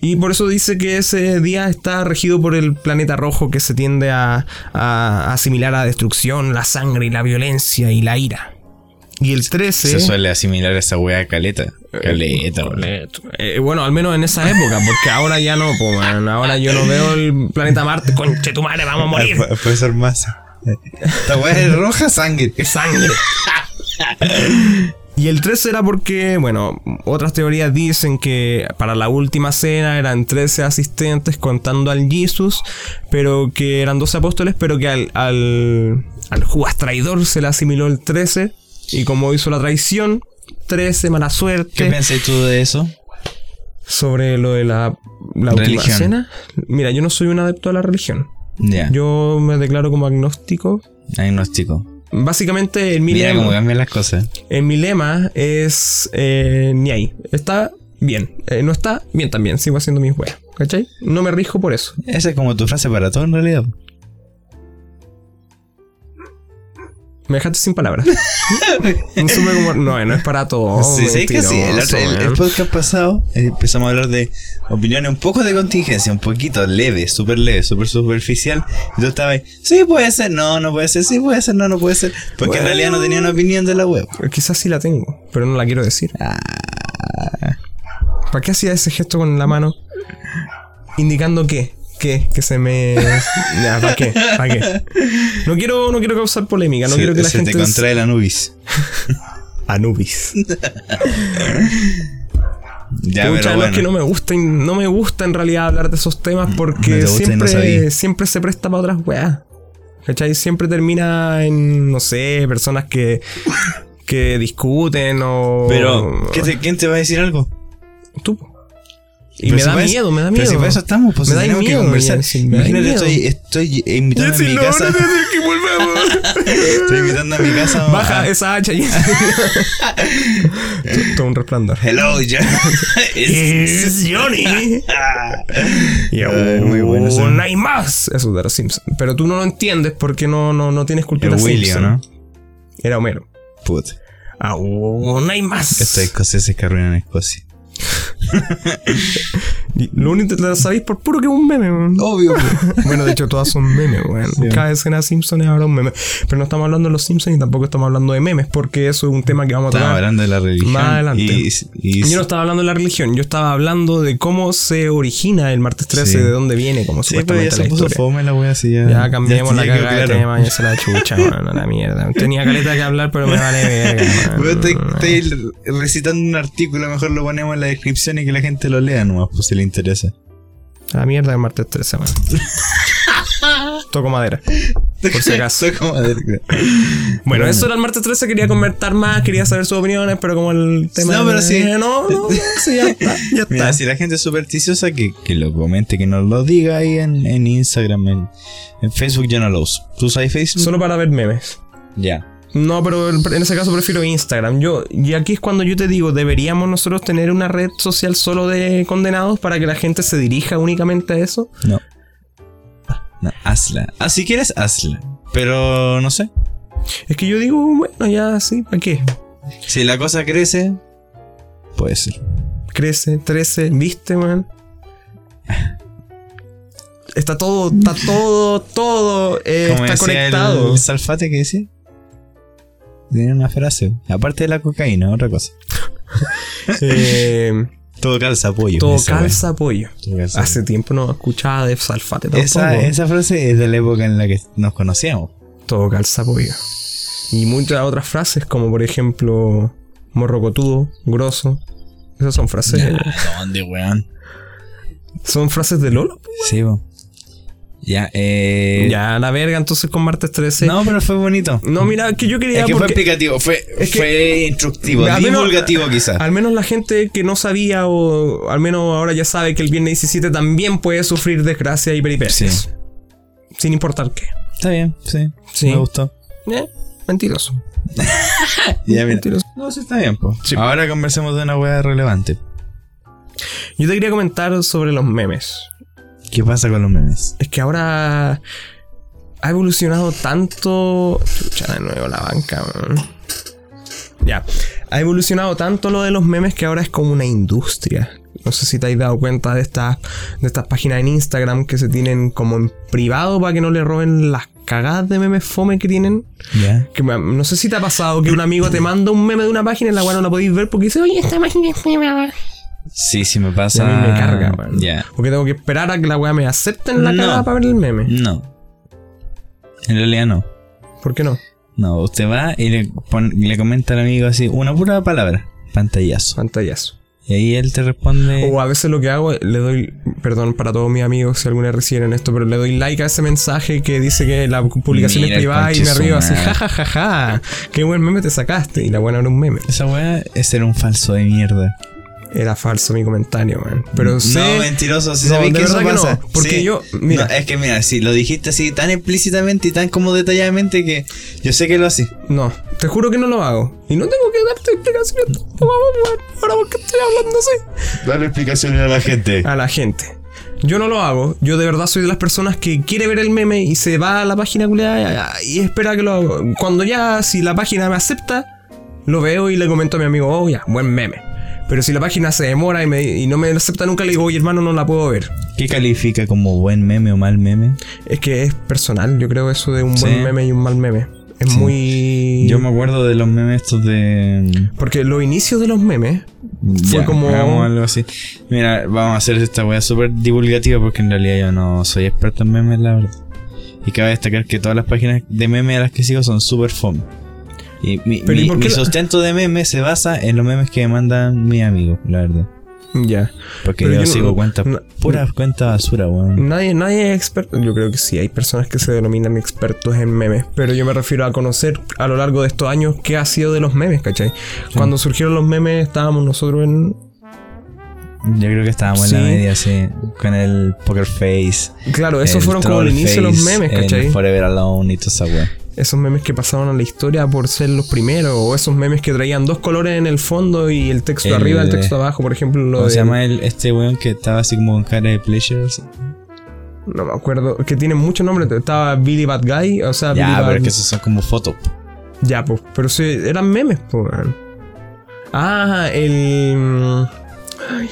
Speaker 1: Y por eso dice que ese día está regido por el planeta rojo que se tiende a, a asimilar a destrucción, la sangre y la violencia y la ira. Y el 13...
Speaker 2: Se suele asimilar a esa weá caleta. Caleta, weón.
Speaker 1: Eh, bueno, al menos en esa época, porque ahora ya no, po, man. ahora yo no veo el planeta Marte, conche tu madre, vamos a morir.
Speaker 2: Ah, Puede ser más. Esta weá es roja sangre.
Speaker 1: sangre. Y el 13 era porque, bueno, otras teorías dicen que para la última cena eran 13 asistentes contando al Jesus, pero que eran 12 apóstoles, pero que al, al, al Judas traidor se le asimiló el 13, y como hizo la traición, 13, mala
Speaker 2: ¿Qué
Speaker 1: suerte,
Speaker 2: pensáis tú de eso?
Speaker 1: sobre lo de la, la última
Speaker 2: Religión.
Speaker 1: cena. Mira, yo no soy un adepto a la religión.
Speaker 2: Ya.
Speaker 1: Yo me declaro como agnóstico.
Speaker 2: Agnóstico.
Speaker 1: Básicamente, el
Speaker 2: Mira
Speaker 1: milagro
Speaker 2: cómo cambian las cosas.
Speaker 1: Eh, mi lema es eh, ni ahí. Está bien. Eh, no está bien también. Sigo haciendo mis weas. ¿Cachai? No me rijo por eso.
Speaker 2: Esa es como tu frase para todo en realidad.
Speaker 1: Me dejaste sin palabras. Un super humor- No, no es para todos.
Speaker 2: Sí, sí, que sí. El, otro- el- el podcast pasado eh, empezamos a hablar de opiniones un poco de contingencia, un poquito leve, súper leve, súper superficial. Y tú estabas, ahí, sí puede ser, no, no puede ser, sí puede ser, no, no puede ser. Porque en
Speaker 1: Bueno.
Speaker 2: realidad no tenía una opinión de la web.
Speaker 1: Eh, Quizás sí la tengo, pero no la quiero decir.
Speaker 2: Ah.
Speaker 1: ¿Para qué hacía ese gesto con la mano? Indicando que, que, que se me. Nah, ¿Para qué? ¿Para qué? No quiero, no quiero causar polémica, no
Speaker 2: se
Speaker 1: quiero que la
Speaker 2: se
Speaker 1: gente.
Speaker 2: te contrae la nubis.
Speaker 1: Anubis.
Speaker 2: Ya,
Speaker 1: Pucha,
Speaker 2: pero
Speaker 1: no, es
Speaker 2: bueno. Mm,
Speaker 1: que no me gusta, in- no me gusta en realidad hablar de esos temas
Speaker 2: no
Speaker 1: porque
Speaker 2: te gusta y no
Speaker 1: siempre,
Speaker 2: sabí.
Speaker 1: siempre se presta para otras weas. ¿Cachai? Siempre termina en, no sé, personas que, que discuten o.
Speaker 2: Pero, ¿qué te- ¿quién te va a decir algo?
Speaker 1: Tú. Y
Speaker 2: Pero
Speaker 1: me
Speaker 2: si
Speaker 1: da
Speaker 2: para eso-
Speaker 1: miedo, me da miedo.
Speaker 2: Pero si para eso estamos, pues
Speaker 1: Me
Speaker 2: si
Speaker 1: da
Speaker 2: tenemos
Speaker 1: miedo,
Speaker 2: que conversar.
Speaker 1: ya, sí, me da
Speaker 2: Imagínate,
Speaker 1: miedo.
Speaker 2: estoy, estoy invitando a mi casa.
Speaker 1: que volvamos.
Speaker 2: Estoy invitando a mi casa.
Speaker 1: Baja
Speaker 2: a-
Speaker 1: esa hacha y... Todo un resplandor.
Speaker 2: Hello, ya.
Speaker 1: Eh, Es Johnny. Y
Speaker 2: Ay, muy bueno ese.
Speaker 1: aún hay más. Eso de los Simpsons. Pero tú no lo entiendes porque no, no, no tienes cultura
Speaker 2: El Willy, ¿o
Speaker 1: Simpson.
Speaker 2: ¿no?
Speaker 1: Era Homero.
Speaker 2: Put.
Speaker 1: Aún hay más.
Speaker 2: Estos escoceses que arruinan Escocia.
Speaker 1: Y Lo único que lo sabéis por puro que es un meme. weón.
Speaker 2: Obvio. pues.
Speaker 1: Bueno, de hecho, todas son memes, weón. Cada escena de Simpson es ahora un meme. Pero no estamos hablando de los Simpsons y tampoco estamos hablando de memes porque eso es un tema que vamos a
Speaker 2: Estamos
Speaker 1: tocar.
Speaker 2: hablando de la religión.
Speaker 1: Más adelante.
Speaker 2: Y, y-
Speaker 1: Yo no estaba hablando de la religión, yo estaba hablando de cómo se origina el martes 13,
Speaker 2: Sí.
Speaker 1: de dónde viene, como
Speaker 2: sí, pero ya
Speaker 1: supuestamente la
Speaker 2: se puso
Speaker 1: historia.
Speaker 2: fome la wea así ya.
Speaker 1: Ya cambiamos
Speaker 2: ya-
Speaker 1: la
Speaker 2: ya quedó
Speaker 1: cagada de tema y se la chucha, mano, la mierda. Tenía caleta que hablar, pero me vale verga, mano.
Speaker 2: Weón, te- te- recitando un artículo, mejor lo ponemos en la descripción y que la gente lo lea nomás, pues si le interesa.
Speaker 1: A La mierda del martes 13, mano. Toco madera. Por si acaso.
Speaker 2: Soy como de-
Speaker 1: Bueno, eso era el martes 13, quería comentar más, quería saber sus opiniones, pero como el tema...
Speaker 2: No, pero sí.
Speaker 1: Eh, No, no, sí, ya está, ya está.
Speaker 2: Mira, Ah, si la gente es supersticiosa, que, que lo comente, que nos lo diga ahí en, en Instagram, en, en Facebook, yo no lo uso. ¿Tú usas Facebook?
Speaker 1: Solo para ver memes.
Speaker 2: Ya.
Speaker 1: No, pero en ese caso prefiero Instagram. Yo, y aquí es cuando yo te digo, deberíamos nosotros tener una red social solo de condenados para que la gente se dirija únicamente a eso.
Speaker 2: No. No, hazla. Ah, si quieres, hazla. Pero no sé.
Speaker 1: Es que yo digo, bueno, ya sí, ¿para qué?
Speaker 2: Si la cosa crece, puede ser.
Speaker 1: Crece, 13, viste, man. Está todo, está todo, todo eh,
Speaker 2: Como
Speaker 1: está
Speaker 2: decía
Speaker 1: conectado.
Speaker 2: el Salfate que decía. Tenía una frase. Aparte de la cocaína, otra cosa.
Speaker 1: Eh,
Speaker 2: Todo calza apoyo.
Speaker 1: todo calza
Speaker 2: eh.
Speaker 1: apoyo.
Speaker 2: Todo calza.
Speaker 1: Hace tiempo no escuchaba de Salfate tampoco.
Speaker 2: Esa, esa frase es de la época en la que nos conocíamos.
Speaker 1: Todo calza apoyo. Y muchas otras frases, como por ejemplo, morrocotudo, grosso. Esas son frases.
Speaker 2: ¿Dónde, weón?
Speaker 1: Son frases de Lolo.
Speaker 2: Sí, bo. Ya, eh.
Speaker 1: Ya, la verga, entonces con martes 13. No,
Speaker 2: No, pero fue bonito.
Speaker 1: mira, que yo quería.
Speaker 2: Es que fue
Speaker 1: porque-
Speaker 2: explicativo, fue,
Speaker 1: es que-
Speaker 2: fue instructivo,
Speaker 1: Al menos-
Speaker 2: divulgativo quizás.
Speaker 1: Al menos la gente que no sabía o al menos ahora ya sabe que el viernes 17 también puede sufrir desgracia y peripecias. Sin importar qué.
Speaker 2: Está bien, sí,
Speaker 1: Sí.
Speaker 2: Me gustó.
Speaker 1: Eh, Mentiroso.
Speaker 2: Ya, mira.
Speaker 1: Mentiroso.
Speaker 2: No, sí está bien, po.
Speaker 1: Sí.
Speaker 2: Ahora conversemos de una weá relevante.
Speaker 1: Yo te quería comentar sobre los memes.
Speaker 2: ¿Qué pasa con los memes?
Speaker 1: Es que ahora ha evolucionado tanto. Chucha, de nuevo la banca, man. Ya. Ha evolucionado tanto lo de los memes que ahora es como una industria. No sé si te has dado cuenta de estas, de estas páginas en Instagram que se tienen como en privado para que no le roben las cagadas de memes fome que tienen.
Speaker 2: Ya.
Speaker 1: Que me- no sé si te ha pasado que un amigo te manda un meme de una página en la cual no la podéis ver porque dice, oye, esta página es meme.
Speaker 2: Sí, sí me
Speaker 1: Y
Speaker 2: pasa.
Speaker 1: a mí me carga, weón.
Speaker 2: Ah, Ya.
Speaker 1: Porque tengo que esperar a que la weá me acepte en la
Speaker 2: No.
Speaker 1: cagada para ver el meme.
Speaker 2: No. En realidad no.
Speaker 1: ¿Por qué no?
Speaker 2: No, usted va y le, pon- le comenta al amigo así, una pura palabra, pantallazo.
Speaker 1: Pantallazo.
Speaker 2: Y ahí él te responde...
Speaker 1: O a veces lo que hago, le doy, perdón para todos mis amigos si alguna reciben esto, pero le doy like a ese mensaje que dice que la publicación
Speaker 2: Mira
Speaker 1: es
Speaker 2: el
Speaker 1: privada y me
Speaker 2: conche
Speaker 1: río
Speaker 2: su
Speaker 1: así,
Speaker 2: madre.
Speaker 1: jajajaja, qué buen meme te sacaste. Y la buena era un meme.
Speaker 2: Esa weá es ser un falso de mierda.
Speaker 1: Era falso mi comentario, man. Pero
Speaker 2: No,
Speaker 1: sé,
Speaker 2: mentiroso, si
Speaker 1: No,
Speaker 2: sabéis
Speaker 1: de
Speaker 2: que eso
Speaker 1: verdad que
Speaker 2: pasa.
Speaker 1: no, porque
Speaker 2: Sí.
Speaker 1: yo- mira.
Speaker 2: No, es que mira, si lo dijiste así tan explícitamente y tan como detalladamente que yo sé que lo haces.
Speaker 1: no, te juro que no lo hago. Y no tengo que darte explicaciones tampoco, weón. Ahora porque estoy hablando así.
Speaker 2: Dale explicaciones a la gente.
Speaker 1: A la gente. Yo no lo hago. Yo de verdad soy de las personas que quiere ver el meme y se va a la página culiada y espera que lo hago. Cuando ya, si la página me acepta, lo veo y le comento a mi amigo, oh ya, buen meme. Pero si la página se demora y, me- y no me acepta nunca, le digo, oye hermano, no la puedo ver.
Speaker 2: ¿Qué califica como buen meme o mal meme?
Speaker 1: Es que es personal, yo creo eso de un
Speaker 2: Sí.
Speaker 1: buen meme y un mal meme. Es
Speaker 2: Sí.
Speaker 1: muy...
Speaker 2: Yo me acuerdo de los memes estos de.
Speaker 1: Porque los inicios de los memes
Speaker 2: Fue
Speaker 1: como-
Speaker 2: Hagamos algo así. Mira, vamos a hacer esta wea súper divulgativa porque en realidad yo no soy experto en memes, la verdad. Y cabe destacar que todas las páginas de memes a las que sigo son súper fome. Y mi,
Speaker 1: Pero, ¿y
Speaker 2: mi-
Speaker 1: por qué la-
Speaker 2: mi sustento de memes se basa en los memes que me mandan mis amigos, la verdad.
Speaker 1: Ya.
Speaker 2: Porque
Speaker 1: Pero
Speaker 2: yo,
Speaker 1: yo no-
Speaker 2: sigo cuentas,
Speaker 1: no-
Speaker 2: puras cuentas basura, weón.
Speaker 1: Nadie, nadie es experto. Yo creo que sí, hay personas que se denominan expertos en memes. Pero yo me refiero a conocer a lo largo de estos años qué ha sido de los memes, ¿cachai? Cuando surgieron los memes estábamos nosotros en.
Speaker 2: Yo creo que estábamos en la
Speaker 1: Sí.
Speaker 2: media, sí. Con el Poker Face.
Speaker 1: Claro, esos
Speaker 2: el
Speaker 1: fueron como el
Speaker 2: Troll
Speaker 1: inicio de los
Speaker 2: Face,
Speaker 1: memes,
Speaker 2: el
Speaker 1: ¿cachai?
Speaker 2: Forever Alone y toda esa wea.
Speaker 1: Esos memes que pasaban a la historia por ser los primeros. O esos memes que traían dos colores en el fondo y el texto
Speaker 2: El-
Speaker 1: arriba, el texto abajo, por ejemplo. Lo
Speaker 2: ¿Cómo se
Speaker 1: del-
Speaker 2: llama el, este weón que estaba así como con cara de pleasure? así?
Speaker 1: No me acuerdo. Que tienen muchos nombres. Estaba Billy Bad Guy, o sea, Billy
Speaker 2: Ya,
Speaker 1: Bad
Speaker 2: pero es que esos son como fotos. po.
Speaker 1: Ya, pues, pero sí, eran memes, pues. Ah, el. mm, ay,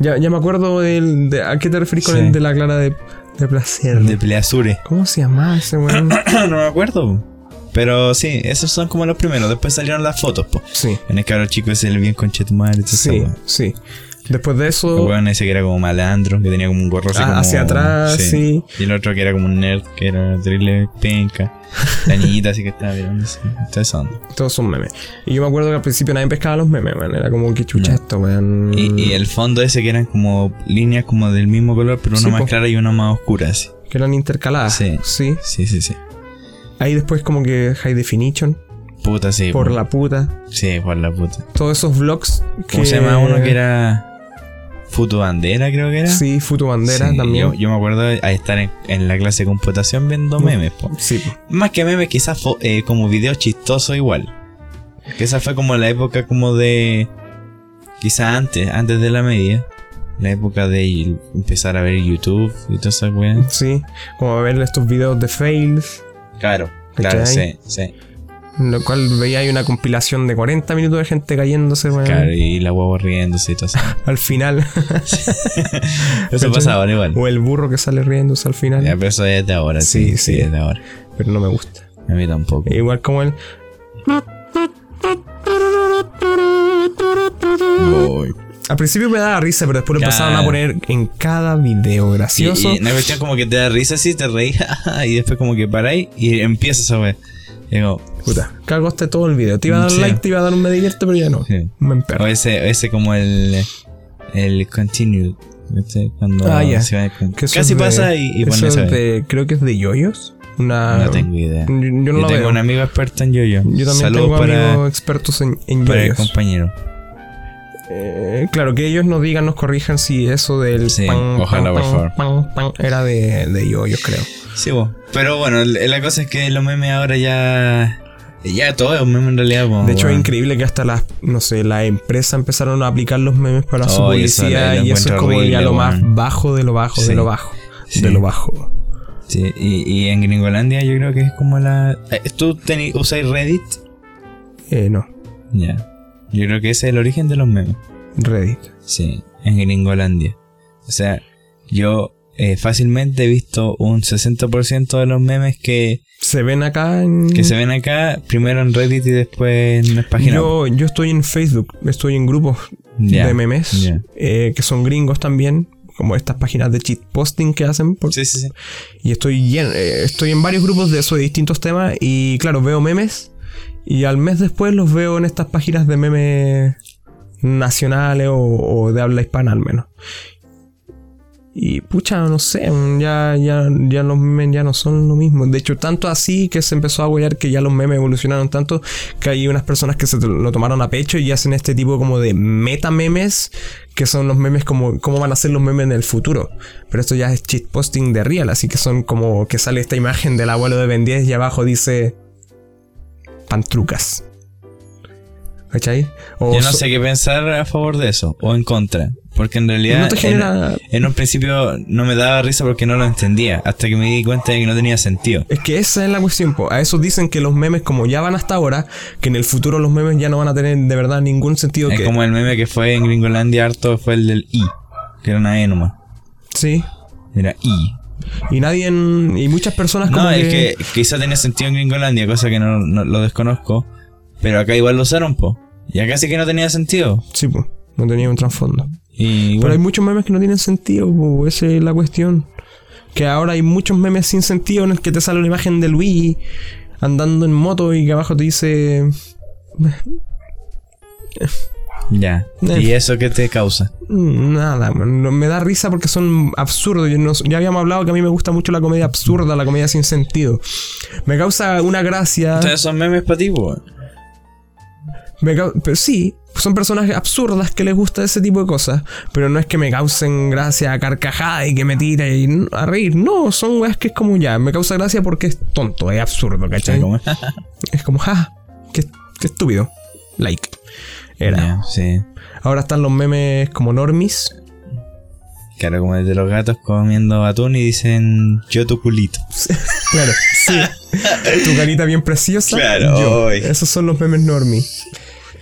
Speaker 1: ya, ya me acuerdo del. de- ¿A qué te referís con
Speaker 2: Sí.
Speaker 1: el de la clara de, de placer?
Speaker 2: De Pleasure.
Speaker 1: ¿Cómo se llamaba ese weón?
Speaker 2: no me acuerdo. Pero sí, esos son como los primeros. Después salieron las fotos, po.
Speaker 1: sí,
Speaker 2: En el cabrón chico ese el bien conchetumar y todo eso.
Speaker 1: sí, sí. Después de
Speaker 2: El
Speaker 1: eso.
Speaker 2: weón ese que era como malandro, que tenía como un gorro así
Speaker 1: Ah,
Speaker 2: como-
Speaker 1: hacia atrás, sí.
Speaker 2: Y el otro que era como un nerd, que era terrible penca. La niñita así que estaba mirando así. Entonces son.
Speaker 1: Todos son memes. Y yo me acuerdo que al principio nadie pescaba los memes, weón. Era como que chucha esto, weón.
Speaker 2: Y, y el fondo ese que eran como líneas como del mismo color, pero una
Speaker 1: Sí,
Speaker 2: más
Speaker 1: po.
Speaker 2: clara y una más oscura, así.
Speaker 1: Que eran intercaladas.
Speaker 2: Sí.
Speaker 1: sí.
Speaker 2: Sí, sí, sí.
Speaker 1: Ahí después, como que High Definition.
Speaker 2: Puta, sí.
Speaker 1: Por
Speaker 2: po.
Speaker 1: la puta.
Speaker 2: Sí, por la puta.
Speaker 1: Todos esos vlogs que.
Speaker 2: ¿Cómo se llamaba uno que era Futu Bandera, creo que era?
Speaker 1: Sí, Futu Bandera
Speaker 2: Sí,
Speaker 1: también.
Speaker 2: Yo, yo me acuerdo de estar en, en la clase de computación viendo memes. po.
Speaker 1: Sí, po.
Speaker 2: Más que memes, quizás fo- eh, como videos chistosos igual. Que esa fue como la época como de... Quizás antes, antes de la media. La época de empezar a ver YouTube y todas esas weas.
Speaker 1: Sí, como ver estos videos de fails,
Speaker 2: Claro, claro,
Speaker 1: ¿Cachai?
Speaker 2: sí, sí.
Speaker 1: en lo cual veía ahí una compilación de 40 minutos de gente cayéndose, weón,
Speaker 2: Claro, y la guagua riéndose y todo eso.
Speaker 1: al final.
Speaker 2: Eso
Speaker 1: ¿Cachai?
Speaker 2: pasaba ahora igual.
Speaker 1: o el burro que sale riéndose al final.
Speaker 2: Ya, pero eso es de ahora,
Speaker 1: Sí,
Speaker 2: sí, sí,
Speaker 1: sí. Eh,
Speaker 2: es de ahora.
Speaker 1: Pero no me gusta.
Speaker 2: A mí tampoco.
Speaker 1: Igual como el.
Speaker 2: Voy.
Speaker 1: Al principio me daba risa, pero después lo
Speaker 2: Claro.
Speaker 1: empezaban a poner en cada video
Speaker 2: Y,
Speaker 1: gracioso.
Speaker 2: y una cuestión como que te da risa así, te reís, jaja, y después como que paráis y empieza esa wea. Y Digo,
Speaker 1: Puta, cargaste todo el video. Te iba a dar
Speaker 2: Sí.
Speaker 1: like, te iba a dar un me divierto, pero ya no.
Speaker 2: sí.
Speaker 1: Me
Speaker 2: O
Speaker 1: emperro.
Speaker 2: ese, o ese como el, el continue. ¿viste? Cuando
Speaker 1: Ah, ya.
Speaker 2: se va con-
Speaker 1: Que eso
Speaker 2: Casi
Speaker 1: es de-
Speaker 2: pasa y, y
Speaker 1: eso
Speaker 2: pone
Speaker 1: es
Speaker 2: esa wea.
Speaker 1: de- Creo que es de yoyos. Una.
Speaker 2: No tengo idea.
Speaker 1: Yo, yo no
Speaker 2: Yo
Speaker 1: lo
Speaker 2: tengo
Speaker 1: veo.
Speaker 2: un amigo experto en
Speaker 1: Yo
Speaker 2: yo-yo.
Speaker 1: también
Speaker 2: Saludos
Speaker 1: tengo
Speaker 2: para,
Speaker 1: amigos expertos en, en
Speaker 2: para el
Speaker 1: yoyos.
Speaker 2: compañero.
Speaker 1: Eh, claro, que ellos nos digan, nos corrijan si eso del
Speaker 2: Sí,
Speaker 1: pan, pan,
Speaker 2: ojalá, por
Speaker 1: pan,
Speaker 2: favor.
Speaker 1: pan, pan, era de, de yoyos, creo.
Speaker 2: Sí, vos. Pero bueno, l- la cosa es que los memes ahora ya. Ya todo es un meme en realidad. po,
Speaker 1: de hecho,
Speaker 2: weón.
Speaker 1: es increíble que hasta las, no sé, las empresas empezaron a aplicar los memes para su
Speaker 2: Oh, y eso
Speaker 1: publicidad
Speaker 2: lo- lo
Speaker 1: y eso es
Speaker 2: encuentro
Speaker 1: como ya
Speaker 2: horrible,
Speaker 1: lo más
Speaker 2: weón.
Speaker 1: bajo de lo bajo,
Speaker 2: Sí.
Speaker 1: de lo bajo,
Speaker 2: Sí.
Speaker 1: de lo bajo.
Speaker 2: Sí, y, y en Gringolandia yo creo que es como la... eh, ¿Tú teni- usáis Reddit?
Speaker 1: Eh, no,
Speaker 2: Ya. Yo creo que ese es el origen de los memes.
Speaker 1: Reddit.
Speaker 2: Sí, en Gringolandia. O sea, yo eh, fácilmente he visto un 60% de los memes que,
Speaker 1: ¿Se ven acá en...?
Speaker 2: que se ven acá, primero en Reddit y después en las páginas.
Speaker 1: yo, yo estoy en Facebook, estoy en grupos
Speaker 2: Ya,
Speaker 1: de memes
Speaker 2: ya.
Speaker 1: eh, que son gringos también, como estas páginas de cheat posting que hacen por,
Speaker 2: Sí, sí, sí.
Speaker 1: Y estoy, llen- eh, estoy en varios grupos de eso, de distintos temas. Y claro, veo memes. Y al mes después los veo en estas páginas de memes nacionales o, o de habla hispana al menos. Y pucha, no sé, ya, ya, ya los memes ya no son lo mismo. De hecho, tanto así que se empezó a huear que ya los memes evolucionaron tanto que hay unas personas que se t- lo tomaron a pecho y hacen este tipo como de meta memes, que son los memes como cómo van a ser los memes en el futuro. Pero esto ya es shitposting de real, así que son como que sale esta imagen del abuelo de Ben 10 y abajo dice pantrucas. ¿Cachai? O
Speaker 2: Yo no
Speaker 1: so-
Speaker 2: sé qué pensar a favor de eso o en contra. Porque en realidad
Speaker 1: No te
Speaker 2: en-
Speaker 1: genera-
Speaker 2: en, un principio no me daba risa porque no lo entendía. Hasta que me di cuenta de que no tenía sentido.
Speaker 1: Es que esa es la cuestión, po. A eso dicen que los memes, como ya van hasta ahora, que en el futuro los memes ya no van a tener de verdad ningún sentido.
Speaker 2: Es
Speaker 1: que-
Speaker 2: como el meme que fue en Gringolandia harto fue el del I. Que era una E nomás.
Speaker 1: Sí.
Speaker 2: Era I.
Speaker 1: Y nadie en- Y muchas personas Ah, como
Speaker 2: No,
Speaker 1: que...
Speaker 2: es que quizá tenía sentido en Gringolandia, cosa que no, no- lo desconozco. Pero acá igual lo usaron, po. Y acá sí que no tenía sentido.
Speaker 1: Sí, pues. No tenía un trasfondo.
Speaker 2: Y
Speaker 1: Pero hay
Speaker 2: bueno,
Speaker 1: muchos memes que no tienen sentido, po, esa es la cuestión. Que ahora hay muchos memes sin sentido en el que te sale una imagen de Luigi andando en moto y que abajo te dice...
Speaker 2: ya.
Speaker 1: Eh.
Speaker 2: ¿Y eso qué te causa?
Speaker 1: "Mm, Nada, man". No- me da risa porque son absurdos. Yo no- ya habíamos hablado que a mí me gusta mucho la comedia absurda, la comedia sin sentido. Me causa una gracia...
Speaker 2: Entonces son memes para ti, po.
Speaker 1: Me cau- pero sí, son personas absurdas que les gusta ese tipo de cosas, pero no es que me causen gracia a carcajada y que me tire y n- a reír. No, son weas que es como ya, me causa gracia porque es tonto, es absurdo, ¿cachai?
Speaker 2: Como-
Speaker 1: Es como, ja, qué, qué estúpido. Like. Era.
Speaker 2: Ya, sí.
Speaker 1: Ahora están los memes como normis.
Speaker 2: Claro, como el de los gatos comiendo atún y dicen yo tu culito.
Speaker 1: Claro, sí. tu carita bien preciosa.
Speaker 2: Claro,
Speaker 1: yo.
Speaker 2: hoy.
Speaker 1: Esos son los memes normis.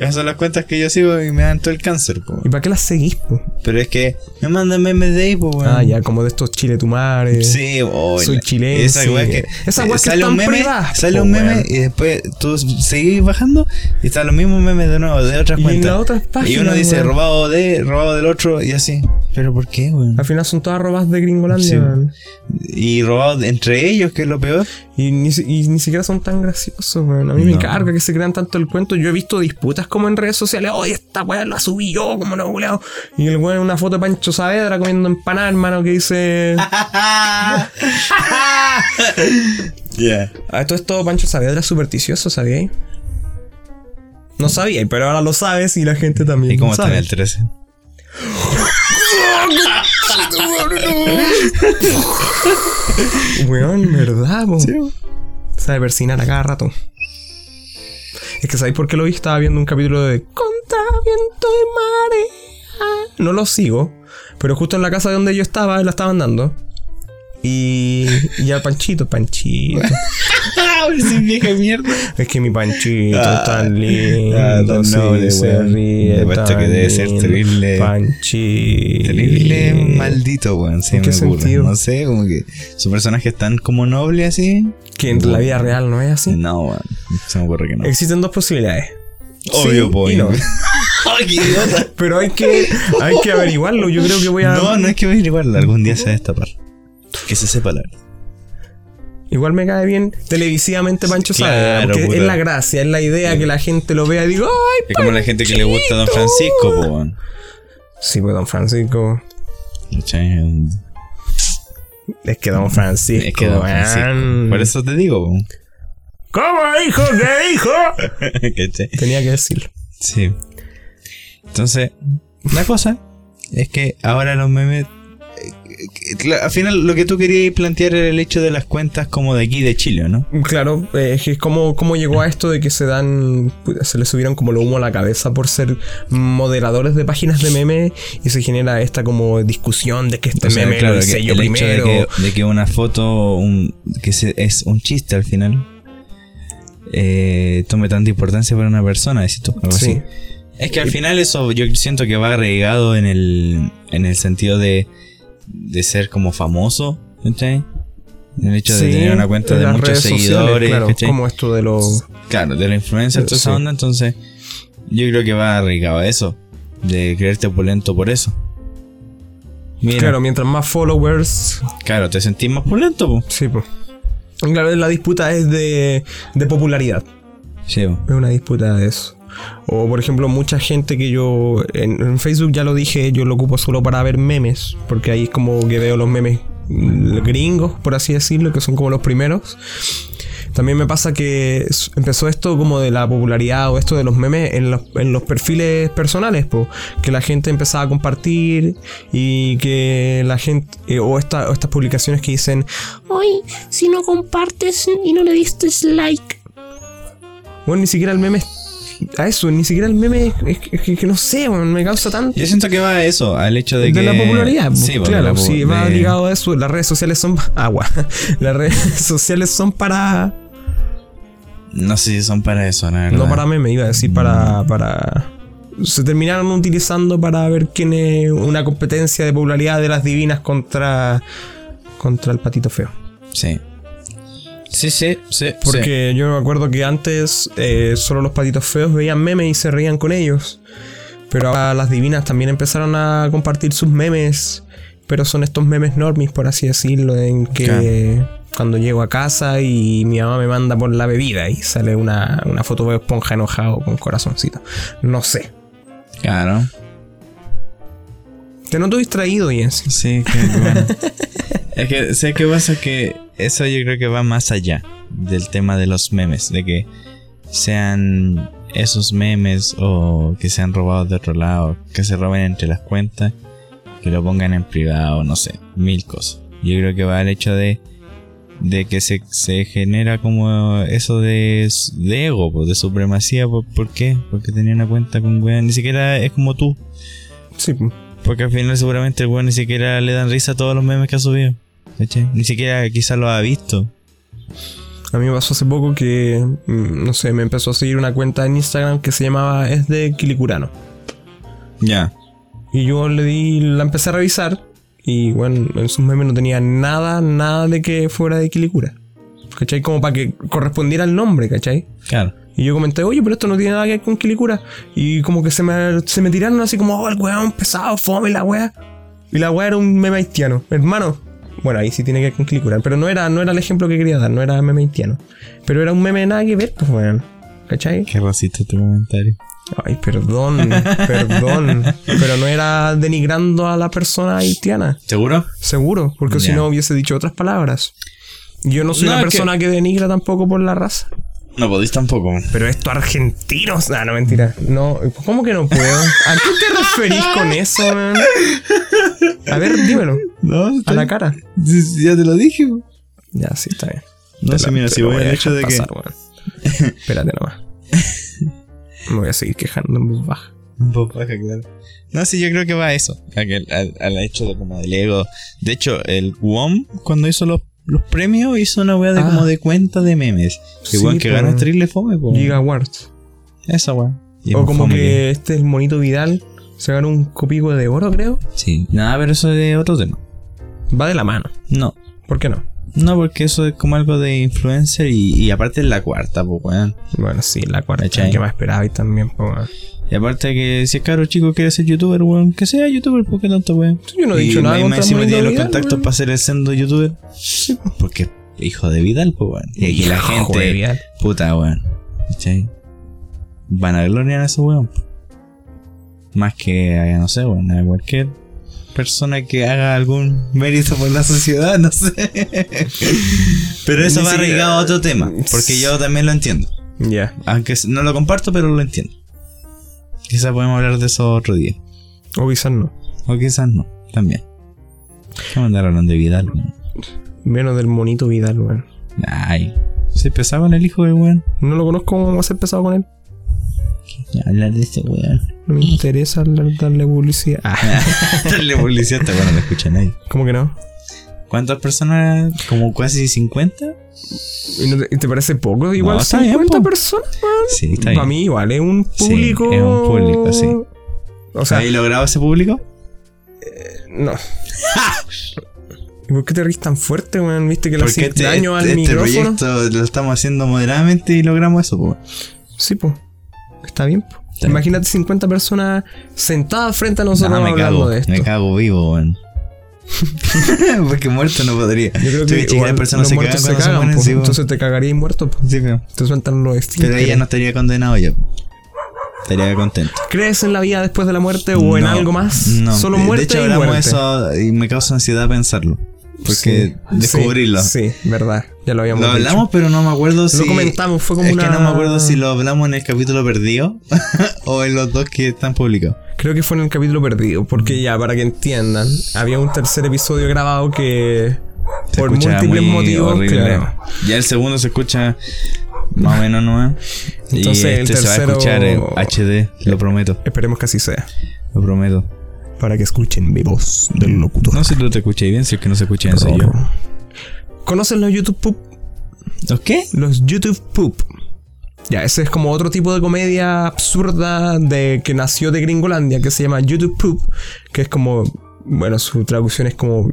Speaker 2: Esas son las cuentas que yo sigo y me dan todo el cáncer, po.
Speaker 1: ¿Y para qué las seguís, po?
Speaker 2: Pero es que me mandan memes de ahí, po, weón.
Speaker 1: Ah, ya, como de estos chile tu madre.
Speaker 2: Sí, oh,
Speaker 1: Soy
Speaker 2: la-
Speaker 1: chileno,
Speaker 2: Esa
Speaker 1: sí.
Speaker 2: weá que.
Speaker 1: Esas weas que
Speaker 2: sale un
Speaker 1: están
Speaker 2: meme,
Speaker 1: privadas,
Speaker 2: Sale
Speaker 1: po,
Speaker 2: un meme
Speaker 1: weón.
Speaker 2: y después tú seguís bajando y están los mismos memes de nuevo, de otras
Speaker 1: Y en
Speaker 2: cuentas.
Speaker 1: las otras
Speaker 2: y
Speaker 1: páginas,
Speaker 2: uno dice
Speaker 1: weón.
Speaker 2: robado de, robado del otro y así. ¿Pero por qué, weón?
Speaker 1: Al final son todas robas de Gringolandia.
Speaker 2: Sí.
Speaker 1: man.
Speaker 2: Y robado de- entre ellos, que es lo peor.
Speaker 1: Y ni, si- y ni siquiera son tan graciosos, weón. A mí me
Speaker 2: No.
Speaker 1: carga que se crean tanto el cuento. Yo he visto disputas como en redes sociales. Oye, esta weá la subí yo, como no, weón. Y el weón en una foto de Pancho Saavedra comiendo empanada, hermano, que dice.
Speaker 2: Ya.
Speaker 1: Ah, todo esto Pancho Saavedra es supersticioso, ¿sabíais? No sabía, pero ahora lo sabes y la gente también.
Speaker 2: ¿Y
Speaker 1: lo
Speaker 2: cómo está en
Speaker 1: sabe.
Speaker 2: el 13?
Speaker 1: Weón, ¿verdad, po? Sabe persinar a cada rato. Es que ¿sabéis por qué lo vi? Estaba viendo un capítulo de Conta viento y marea. No lo sigo, pero justo en la casa de donde yo estaba, la estaban dando. Y, y al Panchito, Panchito.
Speaker 2: Ah, sí, vieja mierda.
Speaker 1: Es que mi Panchito
Speaker 2: Ah,
Speaker 1: es tan lindo.
Speaker 2: ah, tan
Speaker 1: sí,
Speaker 2: noble,
Speaker 1: se
Speaker 2: weón.
Speaker 1: ríe.
Speaker 2: Me cuesta
Speaker 1: tan
Speaker 2: que debe ser
Speaker 1: lindo.
Speaker 2: terrible-
Speaker 1: Panchito.
Speaker 2: Terrible maldito, weón. Se
Speaker 1: ¿En qué
Speaker 2: me ocurre.
Speaker 1: sentido?
Speaker 2: No sé, como que su personaje es tan como noble así.
Speaker 1: Que en la vida real no es así.
Speaker 2: No, weón. Se me ocurre que no.
Speaker 1: Existen dos posibilidades.
Speaker 2: Obvio,
Speaker 1: Sí
Speaker 2: po.
Speaker 1: y no.
Speaker 2: Ay, qué idiota.
Speaker 1: Pero hay que, hay que averiguarlo. Yo creo que voy a.
Speaker 2: No, no es que voy a averiguarla. Algún día se va a destapar. Que se sepa la verdad.
Speaker 1: Igual me cae bien televisivamente Pancho
Speaker 2: Claro,
Speaker 1: Saavedra. Porque
Speaker 2: puta.
Speaker 1: es la gracia, es la idea que la gente lo vea y diga, ¡ay!
Speaker 2: Es como la gente que le gusta a Don Francisco, po, weón.
Speaker 1: Sí, pues Don Francisco.
Speaker 2: ¿Cachai?
Speaker 1: Es que Don Francisco.
Speaker 2: Es que Don Francisco.
Speaker 1: weón.
Speaker 2: Por eso te digo, po.
Speaker 1: ¿Cómo dijo? ¿Qué dijo?
Speaker 2: ¿Cachai?
Speaker 1: Tenía que decirlo.
Speaker 2: Sí. Entonces, la cosa es que ahora los memes. eh, eh, cla- Al final, lo que tú querías plantear era el hecho de las cuentas como de aquí de Chile, ¿no?
Speaker 1: Claro, eh, es que es como, como llegó a esto de que se dan. puta, Se le subieron como lo humo a la cabeza por ser moderadores de páginas de meme y se genera esta como discusión de que este
Speaker 2: O sea,
Speaker 1: meme lo
Speaker 2: que
Speaker 1: hice yo
Speaker 2: el hecho de
Speaker 1: primero.
Speaker 2: que, de que una foto un- que se- es un chiste al final eh, tome tanta importancia para una persona, decís tú, algo
Speaker 1: Sí.
Speaker 2: así. Es que al final eso yo siento que va arraigado en el, en el sentido de, de ser como famoso, ¿cachai? En el hecho de tener una cuenta
Speaker 1: en
Speaker 2: de
Speaker 1: las
Speaker 2: muchos
Speaker 1: redes sociales,
Speaker 2: seguidores,
Speaker 1: claro,
Speaker 2: ¿cachai?
Speaker 1: como esto de los
Speaker 2: Claro, de la influencia, toda esa
Speaker 1: Sí.
Speaker 2: onda, entonces yo creo que va arraigado a eso, de creerte opulento por eso. Mira,
Speaker 1: Claro, mientras más followers.
Speaker 2: claro, te sentís más opulento, po.
Speaker 1: Sí, pues. Claro, la disputa es de, de popularidad.
Speaker 2: Sí, po.
Speaker 1: Es una disputa de eso. O, por ejemplo, mucha gente que yo. En, en Facebook ya lo dije, yo lo ocupo solo para ver memes. Porque ahí es como que veo los memes mm, gringos, por así decirlo, que son como los primeros. También me pasa que s- empezó esto como de la popularidad o esto de los memes en los, en los perfiles personales, po, que la gente empezaba a compartir y que la gente, eh, o, esta- o estas publicaciones que dicen,
Speaker 3: Hoy, si no compartes y no le diste like,
Speaker 1: bueno, ni siquiera el meme es a eso, ni siquiera el meme, es que, es que- que no sé, weón, me causa tanto.
Speaker 2: Yo siento que va a eso, al hecho
Speaker 1: De
Speaker 2: de, que.
Speaker 1: la popularidad,
Speaker 2: Sí,
Speaker 1: po,
Speaker 2: po, de
Speaker 1: claro,
Speaker 2: la po-
Speaker 1: si va
Speaker 2: de-
Speaker 1: ligado a eso, las redes sociales son agua. Las redes sociales son para
Speaker 2: No sé si son para eso, la verdad.
Speaker 1: No para meme, iba a decir para. para. Se terminaron utilizando para ver quién es una competencia de popularidad de las divinas contra. contra el patito feo.
Speaker 2: Sí. Sí, sí, sí. sí.
Speaker 1: Porque yo me acuerdo que antes eh, solo los patitos feos veían memes y se reían con ellos. Pero ahora las divinas también empezaron a compartir sus memes. Pero son estos memes normis, por así decirlo, en que cuando llego a casa y mi mamá me manda por la bebida y sale una, una foto de esponja enojado con corazoncito. No sé.
Speaker 2: Claro.
Speaker 1: Te noto distraído, Jens.
Speaker 2: Sí, que bueno. es que, sé qué pasa? Que eso yo creo que va más allá del tema de los memes, de que sean esos memes o que sean robados de otro lado, que se roben entre las cuentas, que lo pongan en privado, no sé, mil cosas. Yo creo que va al hecho de, de que se, se genera como eso de, s- de ego, po, de supremacía. po- ¿Por, qué? Porque tenía una cuenta con weón, ni siquiera es como tú.
Speaker 1: Sí.
Speaker 2: Porque al final seguramente el weón ni siquiera le dan risa a todos los memes que ha subido. ¿cachai? Ni siquiera quizás lo ha visto.
Speaker 1: A mí me pasó hace poco que, mm, no sé, me empezó a seguir una cuenta en Instagram que se llamaba Es de Quilicurano.
Speaker 2: Ya.
Speaker 1: Y yo le di, la empecé a revisar. Y bueno, en sus memes no tenía nada, nada de que fuera de Quilicura. ¿Cachai? Como para que correspondiera al nombre, ¿cachai?
Speaker 2: Claro.
Speaker 1: Y yo comenté, oye, pero esto no tiene nada que ver con Quilicura. Y como que se me, se me tiraron así como, oh, el weón pesado, fome, la wea. Y la wea era un meme haitiano. Hermano, bueno, ahí sí tiene que ver con Quilicura. Pero no era, no era el ejemplo que quería dar, no era meme haitiano. Pero era un meme de nada que ver, pues weón. ¿Cachai?
Speaker 2: Qué racista tu comentario.
Speaker 1: Ay, perdón, perdón. Pero no era denigrando a la persona haitiana.
Speaker 2: ¿Seguro?
Speaker 1: Seguro, porque si
Speaker 2: Ya.
Speaker 1: no hubiese dicho otras palabras. Yo no soy
Speaker 2: No,
Speaker 1: una
Speaker 2: es que-
Speaker 1: persona que... denigra tampoco por la raza.
Speaker 2: No podéis tampoco.
Speaker 1: Pero esto argentinos. Ah, no, mentira. No, ¿cómo que no puedo? ¿A qué te referís con eso, man? A ver, dímelo.
Speaker 2: No,
Speaker 1: A la cara.
Speaker 2: ya te lo dije.
Speaker 1: Ya, sí, está bien.
Speaker 2: No
Speaker 1: Te
Speaker 2: sé,
Speaker 1: la-
Speaker 2: mira,
Speaker 1: te
Speaker 2: si
Speaker 1: lo
Speaker 2: voy al
Speaker 1: dejar
Speaker 2: hecho de que.
Speaker 1: pasar, weón. Espérate nomás. Me voy a seguir quejando en voz baja.
Speaker 2: Vos baja, claro. No, sí, yo creo que va a eso. a que- al, al hecho de como del ego. De hecho, el WOM, cuando hizo los, los premios, hizo una weá de
Speaker 1: Ah.
Speaker 2: como de cuenta de memes.
Speaker 1: Sí,
Speaker 2: Igual que
Speaker 1: po.
Speaker 2: ganó Triple Fome, po.
Speaker 1: Gigawards.
Speaker 2: Esa weá. Y
Speaker 1: O
Speaker 2: es
Speaker 1: como
Speaker 2: fome
Speaker 1: que este es el monito Vidal. Se ganó un copico de oro, creo.
Speaker 2: Sí, nada, pero eso es otro tema.
Speaker 1: Va de la mano.
Speaker 2: No,
Speaker 1: ¿Por qué no?
Speaker 2: no, porque eso es como algo de influencer y, y aparte es la cuarta, pues, weón.
Speaker 1: Bueno, sí, la cuarta.
Speaker 2: ¿Cachai?
Speaker 1: que más esperaba y también, po, weón.
Speaker 2: Y aparte que si es caro chico quiere ser youtuber, weón, que sea youtuber, ¿por qué tanto, weón?
Speaker 1: Yo no he dicho
Speaker 2: y
Speaker 1: nada
Speaker 2: me-
Speaker 1: contra
Speaker 2: encima
Speaker 1: Monito
Speaker 2: tiene los
Speaker 1: Vidal,
Speaker 2: contactos
Speaker 1: weón.
Speaker 2: para ser el sendo youtuber. Porque es hijo de Vidal, pues, weón. Y aquí la
Speaker 1: Hijo
Speaker 2: gente,
Speaker 1: de Vidal.
Speaker 2: puta, weón. ¿Cachai? Van a gloriar a ese weón. Más que, a, no sé, weón, a cualquier persona que haga algún mérito por la sociedad, no sé. Pero eso
Speaker 1: Ni siquiera-
Speaker 2: va arraigado a otro tema, porque yo también lo entiendo.
Speaker 1: Ya.
Speaker 2: Aunque no lo comparto, pero lo entiendo. Quizás podemos hablar de eso otro día.
Speaker 1: O quizás no.
Speaker 2: O quizás no, también. ¿Qué mandar hablando de Vidal? weón?
Speaker 1: Menos del monito Vidal, weón.
Speaker 2: Ay, se pesaba en el hijo del weón.
Speaker 1: No lo conozco, vamos a ser pesado con él.
Speaker 2: Ya Hablar de este weón.
Speaker 1: No me interesa hablar- darle publicidad. Ah,
Speaker 2: Dale publicidad, esta weá no lo escucha nadie.
Speaker 1: ¿Cómo que no?
Speaker 2: ¿Cuántas personas? ¿Como casi 50?
Speaker 1: ¿Y no te, y te parece poco? Igual
Speaker 2: No, está bien,
Speaker 1: 50
Speaker 2: po.
Speaker 1: personas.
Speaker 2: Sí, está
Speaker 1: Para
Speaker 2: bien.
Speaker 1: mí igual, es un
Speaker 2: Sí,
Speaker 1: público...
Speaker 2: es un público, sí.
Speaker 1: O sea,
Speaker 2: ¿Habéis logrado ese público?
Speaker 1: no. ¿Y por qué te ríes tan fuerte, weón? ¿Viste que le
Speaker 2: Porque
Speaker 1: haces
Speaker 2: este,
Speaker 1: daño al
Speaker 2: este- este
Speaker 1: micrófono?
Speaker 2: proyecto lo estamos haciendo moderadamente y logramos eso, po.
Speaker 1: Sí, po. Está bien, po.
Speaker 2: Está bien.
Speaker 1: Imagínate 50 personas sentadas frente a nosotros
Speaker 2: No, me
Speaker 1: hablando
Speaker 2: cago,
Speaker 1: de esto.
Speaker 2: me cago vivo, weón. Porque muerto no podría.
Speaker 1: Yo creo
Speaker 2: Tú
Speaker 1: que
Speaker 2: cachai
Speaker 1: igual
Speaker 2: las
Speaker 1: los
Speaker 2: personas se cagan
Speaker 1: muertos se
Speaker 2: cuando se
Speaker 1: cagan,
Speaker 2: mueren,
Speaker 1: po.
Speaker 2: sí, po.
Speaker 1: entonces te cagaría y muerto, po.
Speaker 2: Sí, pero-
Speaker 1: Te sueltan los
Speaker 2: Pero
Speaker 1: estímulos.
Speaker 2: ella no estaría condenado yo. Estaría contento.
Speaker 1: ¿Crees en la vida después de la muerte o en
Speaker 2: No,
Speaker 1: algo más?
Speaker 2: No.
Speaker 1: Solo
Speaker 2: De-
Speaker 1: muerte
Speaker 2: De hecho,
Speaker 1: y
Speaker 2: hablamos
Speaker 1: muerte.
Speaker 2: eso y me causa ansiedad pensarlo. Porque
Speaker 1: Sí,
Speaker 2: descubrirlo.
Speaker 1: Sí, sí, verdad. Ya lo habíamos
Speaker 2: Lo
Speaker 1: dicho.
Speaker 2: hablamos, pero no me acuerdo si.
Speaker 1: comentamos, fue como
Speaker 2: es
Speaker 1: una-
Speaker 2: que no me acuerdo si lo hablamos en el capítulo perdido o en los dos que están publicados.
Speaker 1: Creo que fue en el capítulo perdido, porque ya, para que entiendan, había un tercer episodio grabado que
Speaker 2: Se
Speaker 1: por
Speaker 2: escucha
Speaker 1: múltiples
Speaker 2: muy
Speaker 1: motivos,
Speaker 2: horrible.
Speaker 1: claro.
Speaker 2: Ya el segundo se escucha más o menos nomás.
Speaker 1: Entonces,
Speaker 2: y
Speaker 1: el
Speaker 2: este se va a
Speaker 1: tercero-
Speaker 2: escuchar en HD, lo prometo,
Speaker 1: Esperemos que así sea.
Speaker 2: lo prometo.
Speaker 1: Para que escuchen mi voz del locutor.
Speaker 2: No sé si tú te escuché bien, si es que no se escucha bien soy yo.
Speaker 1: ¿Conocen los YouTube Poop?
Speaker 2: ¿Los qué?
Speaker 1: Los YouTube Poop. Ya, ese es como otro tipo de comedia absurda de que nació de Gringolandia, que se llama YouTube Poop, que es como, bueno, su traducción es como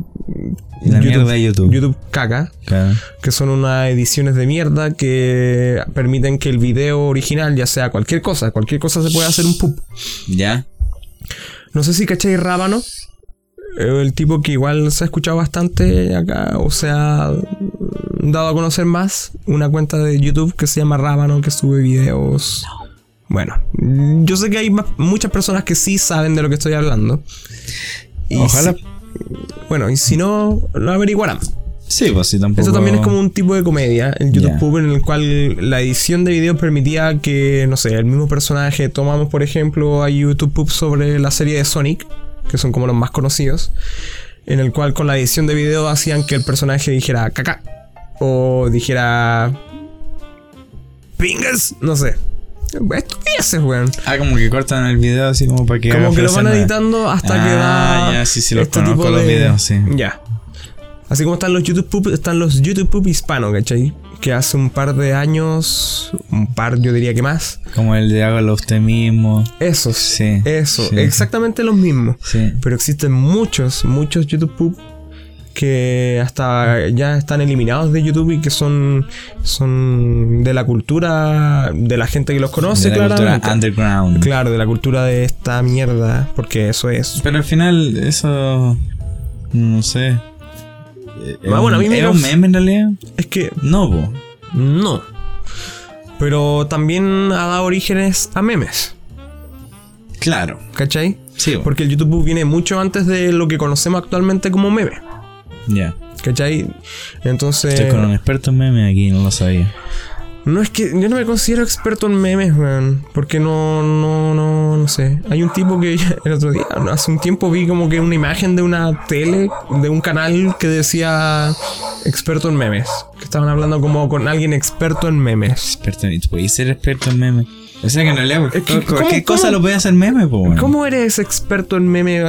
Speaker 2: La mierda de YouTube.
Speaker 1: YouTube caca,
Speaker 2: Claro.
Speaker 1: que son unas ediciones de mierda que permiten que el video original ya sea cualquier cosa, cualquier cosa se puede hacer un poop.
Speaker 2: ¿Ya?
Speaker 1: No sé si cacháis Rábano. eh, El tipo que igual se ha escuchado bastante acá, o se ha dado a conocer más. Una cuenta de YouTube que se llama Rábano, que sube videos. Bueno, yo sé que hay más- muchas personas que sí saben de lo que estoy hablando. Y
Speaker 2: Ojalá.
Speaker 1: si- bueno, y si no, lo averiguarán.
Speaker 2: Sí, pues sí, tampoco.
Speaker 1: Eso también es como un tipo de comedia, el YouTube
Speaker 2: Ya.
Speaker 1: Pub, en el cual la edición de videos permitía que, no sé, el mismo personaje, tomamos por ejemplo a YouTube Pub sobre la serie de Sonic, que son como los más conocidos, en el cual con la edición de video hacían que el personaje dijera caca o dijera pingas, no sé. Estupideces, weón.
Speaker 2: Ah, como que cortan el video así como para que. haga
Speaker 1: Como que lo
Speaker 2: frase
Speaker 1: van
Speaker 2: nueva.
Speaker 1: editando hasta que
Speaker 2: Ah,
Speaker 1: da. este
Speaker 2: ya, sí, sí, los conozco los videos, sí.
Speaker 1: Ya. Así como están los YouTube Pub, están los YouTube Pub hispanos, ¿cachai? Que hace un par de años, un par yo diría que más.
Speaker 2: Como el de hágalo usted mismo.
Speaker 1: Esos.
Speaker 2: Sí,
Speaker 1: Eso,
Speaker 2: sí.
Speaker 1: exactamente los mismos.
Speaker 2: Sí.
Speaker 1: Pero existen muchos, muchos YouTube Pub que hasta ya están eliminados de YouTube y que son, son de la cultura de la gente que los conoce,
Speaker 2: de la cultura
Speaker 1: claramente.
Speaker 2: underground.
Speaker 1: Claro, de la cultura de esta mierda, porque eso es.
Speaker 2: Pero al final, eso. No sé. Eh, ¿Es
Speaker 1: Ah, bueno, a
Speaker 2: un-
Speaker 1: mí me
Speaker 2: ¿es
Speaker 1: causa-
Speaker 2: un meme en realidad?
Speaker 1: Es que
Speaker 2: No, po.
Speaker 1: No. Pero también ha dado orígenes a memes,
Speaker 2: Claro.
Speaker 1: ¿cachai?
Speaker 2: Sí, po.
Speaker 1: Porque el YouTube viene mucho antes de lo que conocemos actualmente como meme,
Speaker 2: Ya.
Speaker 1: ¿cachai? Entonces...
Speaker 2: Estoy con un experto en meme aquí, no lo sabía.
Speaker 1: No es que yo no me considero experto en memes, man. Porque no, no, no, no sé. Hay un tipo que el otro día, hace un tiempo vi como que una imagen de una tele, de un canal que decía experto en memes. Que estaban hablando como con alguien experto en memes.
Speaker 2: Experto en. Podéis ser experto en meme. O sea que en realidad,
Speaker 1: Es que,
Speaker 2: cualquier
Speaker 1: ¿cómo-
Speaker 2: cualquier cosa
Speaker 1: cómo-
Speaker 2: lo puede hacer meme, po. weón.
Speaker 1: ¿Cómo eres experto en meme?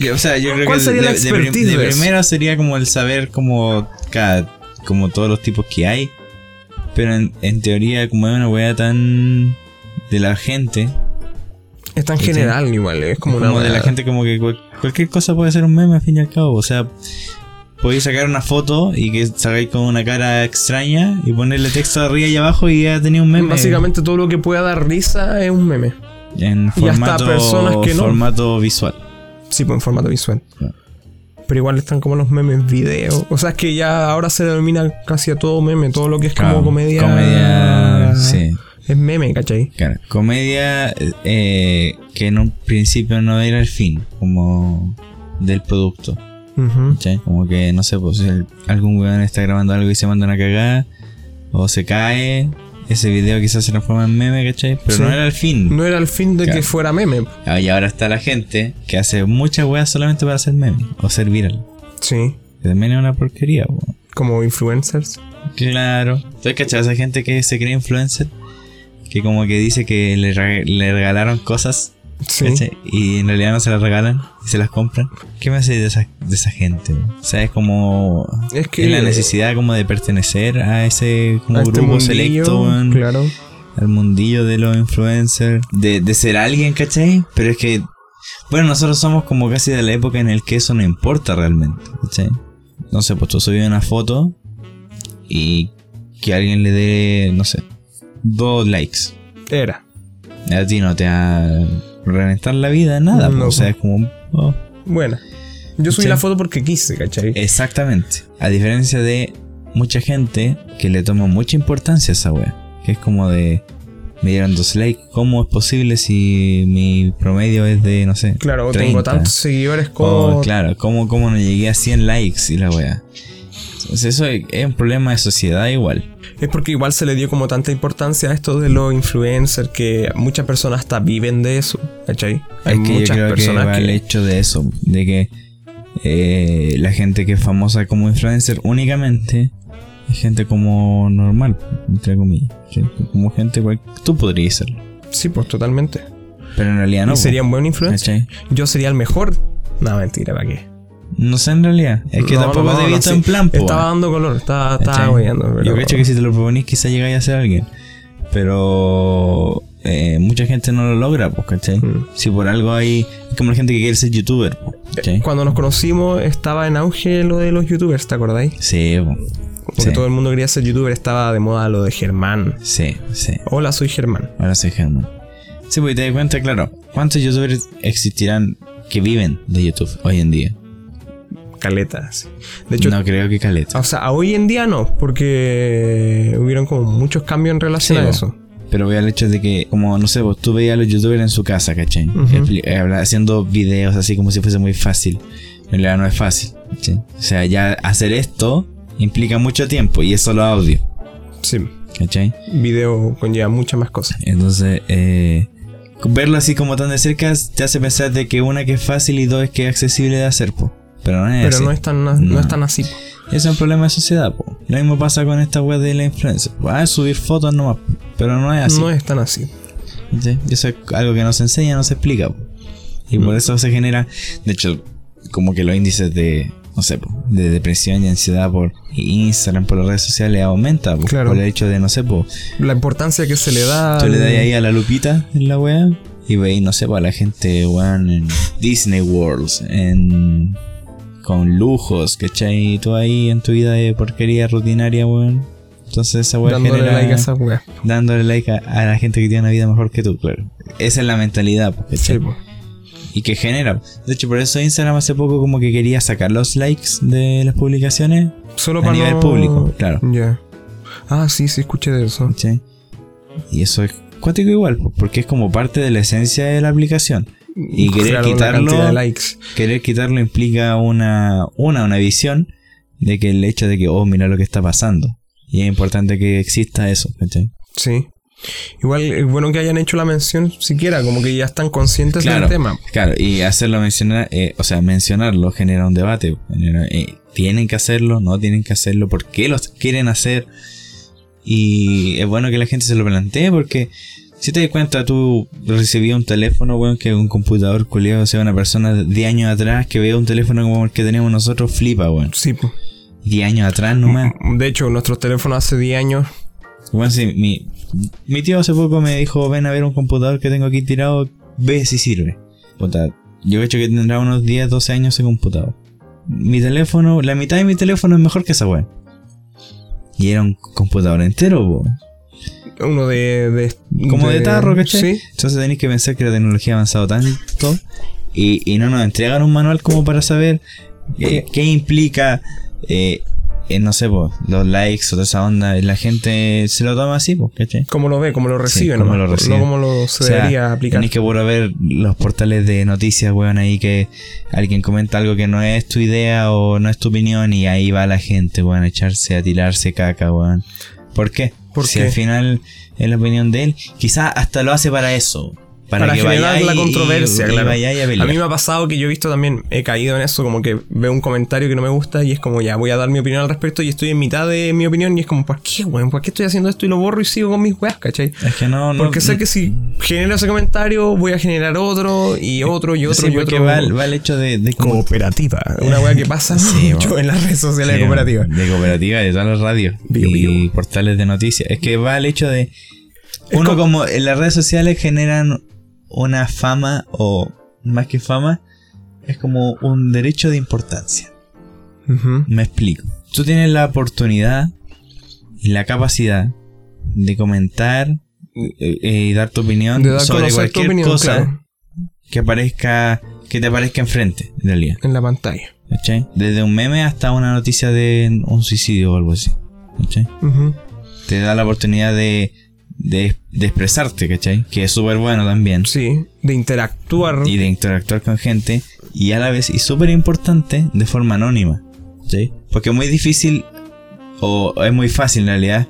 Speaker 2: Que, O sea, yo creo
Speaker 1: ¿Cuál
Speaker 2: que
Speaker 1: sería
Speaker 2: de,
Speaker 1: la
Speaker 2: de prim-
Speaker 1: expertise
Speaker 2: de
Speaker 1: de eso?
Speaker 2: primero sería como el saber como cada, como todos los tipos que hay. Pero en, en teoría, como es una weá tan de la gente,
Speaker 1: Es tan
Speaker 2: Sí, sí.
Speaker 1: general igual, ¿eh? es como,
Speaker 2: como,
Speaker 1: una
Speaker 2: de la
Speaker 1: weá.
Speaker 2: gente, como que cual- cualquier cosa puede ser un meme al fin y al cabo. O sea, podéis sacar una foto y que sacáis con una cara extraña y ponerle texto arriba y abajo y ya tenéis un meme.
Speaker 1: Básicamente todo lo que pueda dar risa es un meme.
Speaker 2: en
Speaker 1: y hasta
Speaker 2: formato,
Speaker 1: personas que no.
Speaker 2: formato visual.
Speaker 1: Sí, pues en formato visual.
Speaker 2: Ah.
Speaker 1: Pero igual están como los memes video. O sea, es que ya ahora se denomina casi a todo meme, todo lo que es como
Speaker 2: Claro,
Speaker 1: comedia.
Speaker 2: Comedia. Sí.
Speaker 1: Es meme, ¿cachai?
Speaker 2: Claro, comedia eh, que en un principio no era el fin, como del producto.
Speaker 1: Ujú.
Speaker 2: ¿cachai? Como que, no sé, pues el- algún weón está grabando algo y se manda una cagada, o se cae, ese video quizás se transforma en meme, ¿cachai? Pero
Speaker 1: Sí.
Speaker 2: no era el fin.
Speaker 1: No era el fin de
Speaker 2: Claro.
Speaker 1: que fuera meme.
Speaker 2: Ah, Y ahora está la gente que hace muchas weas solamente para hacer meme o ser viral.
Speaker 1: Sí.
Speaker 2: Que También es una porquería, weón.
Speaker 1: Como influencers.
Speaker 2: Claro. ¿Tú has cachado a esa gente que se cree influencer? Que como que dice que le, re- le regalaron cosas
Speaker 1: Sí.
Speaker 2: ¿Cachai? Y en realidad no se las regalan y se las compran. ¿Qué me hace de esa, de esa gente? weón? O sea, es como.
Speaker 1: Es que-
Speaker 2: es la necesidad como de pertenecer a ese como
Speaker 1: A este
Speaker 2: grupo
Speaker 1: mundillo,
Speaker 2: selecto, weón,
Speaker 1: Claro.
Speaker 2: al mundillo de los influencers, de, de ser alguien, ¿cachai? Pero es que. Bueno, nosotros somos como casi de la época en el que eso no importa realmente, ¿cachai? No sé, pues tú subes una foto y que alguien le dé, no sé, dos likes.
Speaker 1: Era.
Speaker 2: A ti no te va a reventar la vida, nada.
Speaker 1: No.
Speaker 2: po. O sea, es como. oh,
Speaker 1: Bueno. Yo subí
Speaker 2: Sí.
Speaker 1: la foto porque quise, ¿cachai?
Speaker 2: Eh, Exactamente. A diferencia de mucha gente que le toma mucha importancia a esa wea. Que es como de. Me dieron dos likes. ¿Cómo es posible si mi promedio es de, no sé.
Speaker 1: Claro,
Speaker 2: 30?
Speaker 1: tengo tantos seguidores como.
Speaker 2: Oh, claro, ¿cómo, ¿cómo no llegué a 100 likes y la wea? Entonces, eso es es un problema de sociedad igual.
Speaker 1: Es porque igual se le dio como tanta importancia a esto de los influencers que muchas personas hasta viven de eso, ¿cachai? Hay
Speaker 2: es que
Speaker 1: muchas
Speaker 2: yo creo
Speaker 1: personas
Speaker 2: que, va
Speaker 1: que.
Speaker 2: el hecho de eso, de que eh, la gente que es famosa como influencer únicamente Es gente como normal, entre comillas. gente- Como gente cual tú podrías serlo.
Speaker 1: Sí, pues totalmente.
Speaker 2: Pero en realidad
Speaker 1: ¿Y
Speaker 2: no.
Speaker 1: sería
Speaker 2: po,
Speaker 1: un buen influencer?
Speaker 2: ¿cachai?
Speaker 1: Yo sería el mejor. No, mentira, ¿para qué?
Speaker 2: No sé en realidad. Es que
Speaker 1: No,
Speaker 2: tampoco
Speaker 1: no,
Speaker 2: te he
Speaker 1: no,
Speaker 2: visto
Speaker 1: sí.
Speaker 2: en plan, po,
Speaker 1: Estaba dando color, estaba, estaba
Speaker 2: ¿cachai?
Speaker 1: hueveando, pero-
Speaker 2: Yo cacho que si te lo proponís quizá llegáis a ser alguien. Pero eh, mucha gente no lo logra, pues, ¿cachai?
Speaker 1: Mm.
Speaker 2: Si por algo hay. Es como la gente que quiere ser youtuber, po, ¿cachai?
Speaker 1: Cuando nos conocimos estaba en auge lo de los youtubers, ¿te acordáis?
Speaker 2: Sí, po.
Speaker 1: Porque
Speaker 2: Sí,
Speaker 1: todo el mundo quería ser youtuber, estaba de moda lo de Germán.
Speaker 2: sí, sí.
Speaker 1: Hola, soy Germán.
Speaker 2: Ahora soy Germán. Sí, porque te das cuenta, claro. ¿Cuántos youtubers existirán que viven de YouTube hoy en día?
Speaker 1: Caletas. De hecho,
Speaker 2: no creo que caleta.
Speaker 1: o sea, a hoy en día no, porque hubieron como muchos cambios en relación
Speaker 2: Sí,
Speaker 1: a
Speaker 2: bo.
Speaker 1: eso.
Speaker 2: Pero voy al hecho de que, como no sé, vos tú veías a los youtubers en su casa, ¿cachai?
Speaker 1: Ujú.
Speaker 2: Expli- eh, habla- Haciendo videos así como si fuese muy fácil. En realidad no es fácil. ¿cachai? O sea, ya hacer esto implica mucho tiempo y es solo audio,
Speaker 1: Sí,
Speaker 2: ¿cachai?
Speaker 1: video conlleva muchas más cosas.
Speaker 2: Entonces, eh, verlo así como tan de cerca te hace pensar de que una que es fácil y dos es que es accesible de hacer, po. Pero no es
Speaker 1: Pero
Speaker 2: así.
Speaker 1: no es tan, no.
Speaker 2: No.
Speaker 1: es tan así.
Speaker 2: Eso es un problema de sociedad, po. Lo mismo pasa con esta web de la influencia. Ah, es subir fotos nomás, po. pero no es así.
Speaker 1: No es tan así.
Speaker 2: ¿cachai? Eso es algo que no se enseña, no se explica. po. Y
Speaker 1: Mm.
Speaker 2: por eso se genera, de hecho, como que los índices de, no sé, po, de depresión y ansiedad por Instagram, por las redes sociales aumenta, po,
Speaker 1: Claro.
Speaker 2: por el hecho de, no sé, po,
Speaker 1: La importancia que se le da.
Speaker 2: tú le
Speaker 1: al-
Speaker 2: das ahí a la lupita en la wea y veis, no sé, po, a la gente, weón, en Disney World, en... Con lujos, ¿cachai? Y tú ahí en tu vida de porquería rutinaria, weón. Entonces esa weá
Speaker 1: dándole
Speaker 2: genera
Speaker 1: like a esa wea.
Speaker 2: dándole like a, a la gente que tiene una vida mejor que tú, claro. Esa es la mentalidad, pues,
Speaker 1: Sí,
Speaker 2: ¿cachai?
Speaker 1: bo.
Speaker 2: Y que genera. De hecho, por eso Instagram hace poco como que quería sacar los likes de las publicaciones,
Speaker 1: Solo
Speaker 2: A
Speaker 1: para
Speaker 2: nivel
Speaker 1: no-
Speaker 2: público, claro.
Speaker 1: Ya. Ah, sí, sí, escuché de eso.
Speaker 2: ¿cachai? Y eso es cuático igual, pues, porque es como parte de la esencia de la aplicación. Y querer
Speaker 1: Claro, la
Speaker 2: quitarlo-
Speaker 1: cantidad de likes.
Speaker 2: Querer quitarlo implica una, una, una visión de que el hecho de que, oh, mira lo que está pasando. Y es importante que exista eso, ¿cachai?
Speaker 1: Sí. Igual es bueno que hayan hecho la mención siquiera, como que ya están conscientes
Speaker 2: Claro.
Speaker 1: del tema.
Speaker 2: Claro, y hacerlo mencionar, eh, o sea, mencionarlo genera un debate. genera, eh, tienen que hacerlo, no tienen que hacerlo, por qué los quieren hacer. Y es bueno que la gente se lo plantee porque si te das cuenta, tú recibías un teléfono, weón, que un computador culiado, o sea, una persona de 10 años atrás que vea un teléfono como el que tenemos nosotros, flipa, weón.
Speaker 1: Sí. po.
Speaker 2: 10 años atrás nomás.
Speaker 1: De hecho, nuestros teléfonos hace 10 años.
Speaker 2: Weón, sí, mi, mi tío hace poco me dijo, ven a ver un computador que tengo aquí tirado, ve si sirve. Puta, yo hecho que tendrá unos 10, 12 años ese computador. Mi teléfono, la mitad de mi teléfono es mejor que esa weá. Y era un computador entero, po.
Speaker 1: Uno de. de-
Speaker 2: Como de tarro, ¿cachai?
Speaker 1: Sí.
Speaker 2: Entonces tenéis que pensar que la tecnología ha avanzado tanto y, y no nos entregan un manual como para saber eh, qué implica, eh, eh, no sé, po, los likes o toda esa onda. Y la gente se lo toma así, po, ¿cachai?
Speaker 1: Como lo ve, como lo recibe,
Speaker 2: como
Speaker 1: nomás,
Speaker 2: lo
Speaker 1: po,
Speaker 2: recibe.
Speaker 1: no como lo se
Speaker 2: O sea,
Speaker 1: debería aplicar.
Speaker 2: Tenéis que volver a ver los portales de noticias, weón, ahí que alguien comenta algo que no es tu idea o no es tu opinión y ahí va la gente, weón, a echarse, a tirarse caca, weón. ¿Por qué?
Speaker 1: ¿Por
Speaker 2: si
Speaker 1: qué?
Speaker 2: al final es la opinión de él, quizás hasta lo hace para eso. Para,
Speaker 1: Para
Speaker 2: que
Speaker 1: generar
Speaker 2: vayáis
Speaker 1: la
Speaker 2: y-
Speaker 1: controversia,
Speaker 2: y
Speaker 1: claro.
Speaker 2: vayáis a
Speaker 1: A
Speaker 2: pelear.
Speaker 1: mí me ha pasado que yo he visto también, he caído en eso, como que veo un comentario que no me gusta y es como, ya, voy a dar mi opinión al respecto y estoy en mitad de mi opinión y es como, ¿por qué, weón? ¿Por qué estoy haciendo esto y lo borro y sigo con mis weas, cachai?
Speaker 2: Es que no, no.
Speaker 1: Porque sé que si genero ese comentario, voy a generar otro y
Speaker 2: Eh,
Speaker 1: otro y otro
Speaker 2: sí,
Speaker 1: y
Speaker 2: porque
Speaker 1: otro.
Speaker 2: va, al- va el hecho de, de como-
Speaker 1: Cooperativa. Una weá que pasa
Speaker 2: Sí,
Speaker 1: mucho
Speaker 2: bueno.
Speaker 1: en las redes sociales
Speaker 2: Sí,
Speaker 1: de cooperativa.
Speaker 2: De cooperativa, de todas las radios
Speaker 1: Bio,
Speaker 2: y
Speaker 1: bio.
Speaker 2: portales de noticias. Es que va el hecho de.
Speaker 1: Es
Speaker 2: Uno,
Speaker 1: como-
Speaker 2: como en las redes sociales generan una fama, o más que fama, es como un derecho de importancia.
Speaker 1: Ujú.
Speaker 2: Me explico. Tú tienes la oportunidad y la capacidad de comentar eh, eh, y dar tu opinión
Speaker 1: De dar a
Speaker 2: sobre
Speaker 1: conocer tu
Speaker 2: cualquier
Speaker 1: opinión,
Speaker 2: cosa
Speaker 1: claro,
Speaker 2: que aparezca que te aparezca enfrente en realidad
Speaker 1: en la pantalla.
Speaker 2: ¿cachai? desde un meme hasta una noticia de un suicidio o algo así ¿cachai?
Speaker 1: Ujú.
Speaker 2: te da la oportunidad de, de, de expresarte, ¿cachai? Que es súper bueno también.
Speaker 1: Sí, de interactuar.
Speaker 2: Y de interactuar con gente. Y a la vez, y súper importante, de forma anónima. ¿sí? Porque es muy difícil, o es muy fácil en realidad,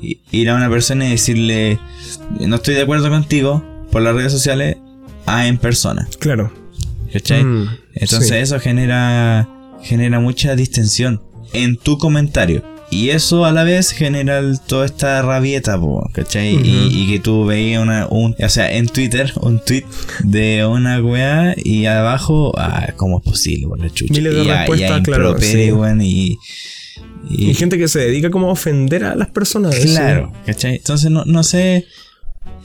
Speaker 2: i- ir a una persona y decirle, no estoy de acuerdo contigo, por las redes sociales, a en persona.
Speaker 1: Claro.
Speaker 2: ¿Cachai?
Speaker 1: Mm,
Speaker 2: Entonces
Speaker 1: sí.
Speaker 2: eso genera genera mucha distensión en tu comentario. Y eso a la vez genera el- toda esta rabieta, po, ¿cachai?
Speaker 1: Ujú.
Speaker 2: y, y que tú veías una, un, o sea, en Twitter, un tweet de una weá y abajo, ah, ¿cómo es posible, por la chucha?
Speaker 1: Miles de
Speaker 2: Y ya- ya
Speaker 1: respuestas, claro,
Speaker 2: improperi,
Speaker 1: sí.
Speaker 2: weón, y,
Speaker 1: Y
Speaker 2: y-
Speaker 1: gente que se dedica como a ofender a las personas. sí.
Speaker 2: claro, ¿cachai? Entonces, no, no sé,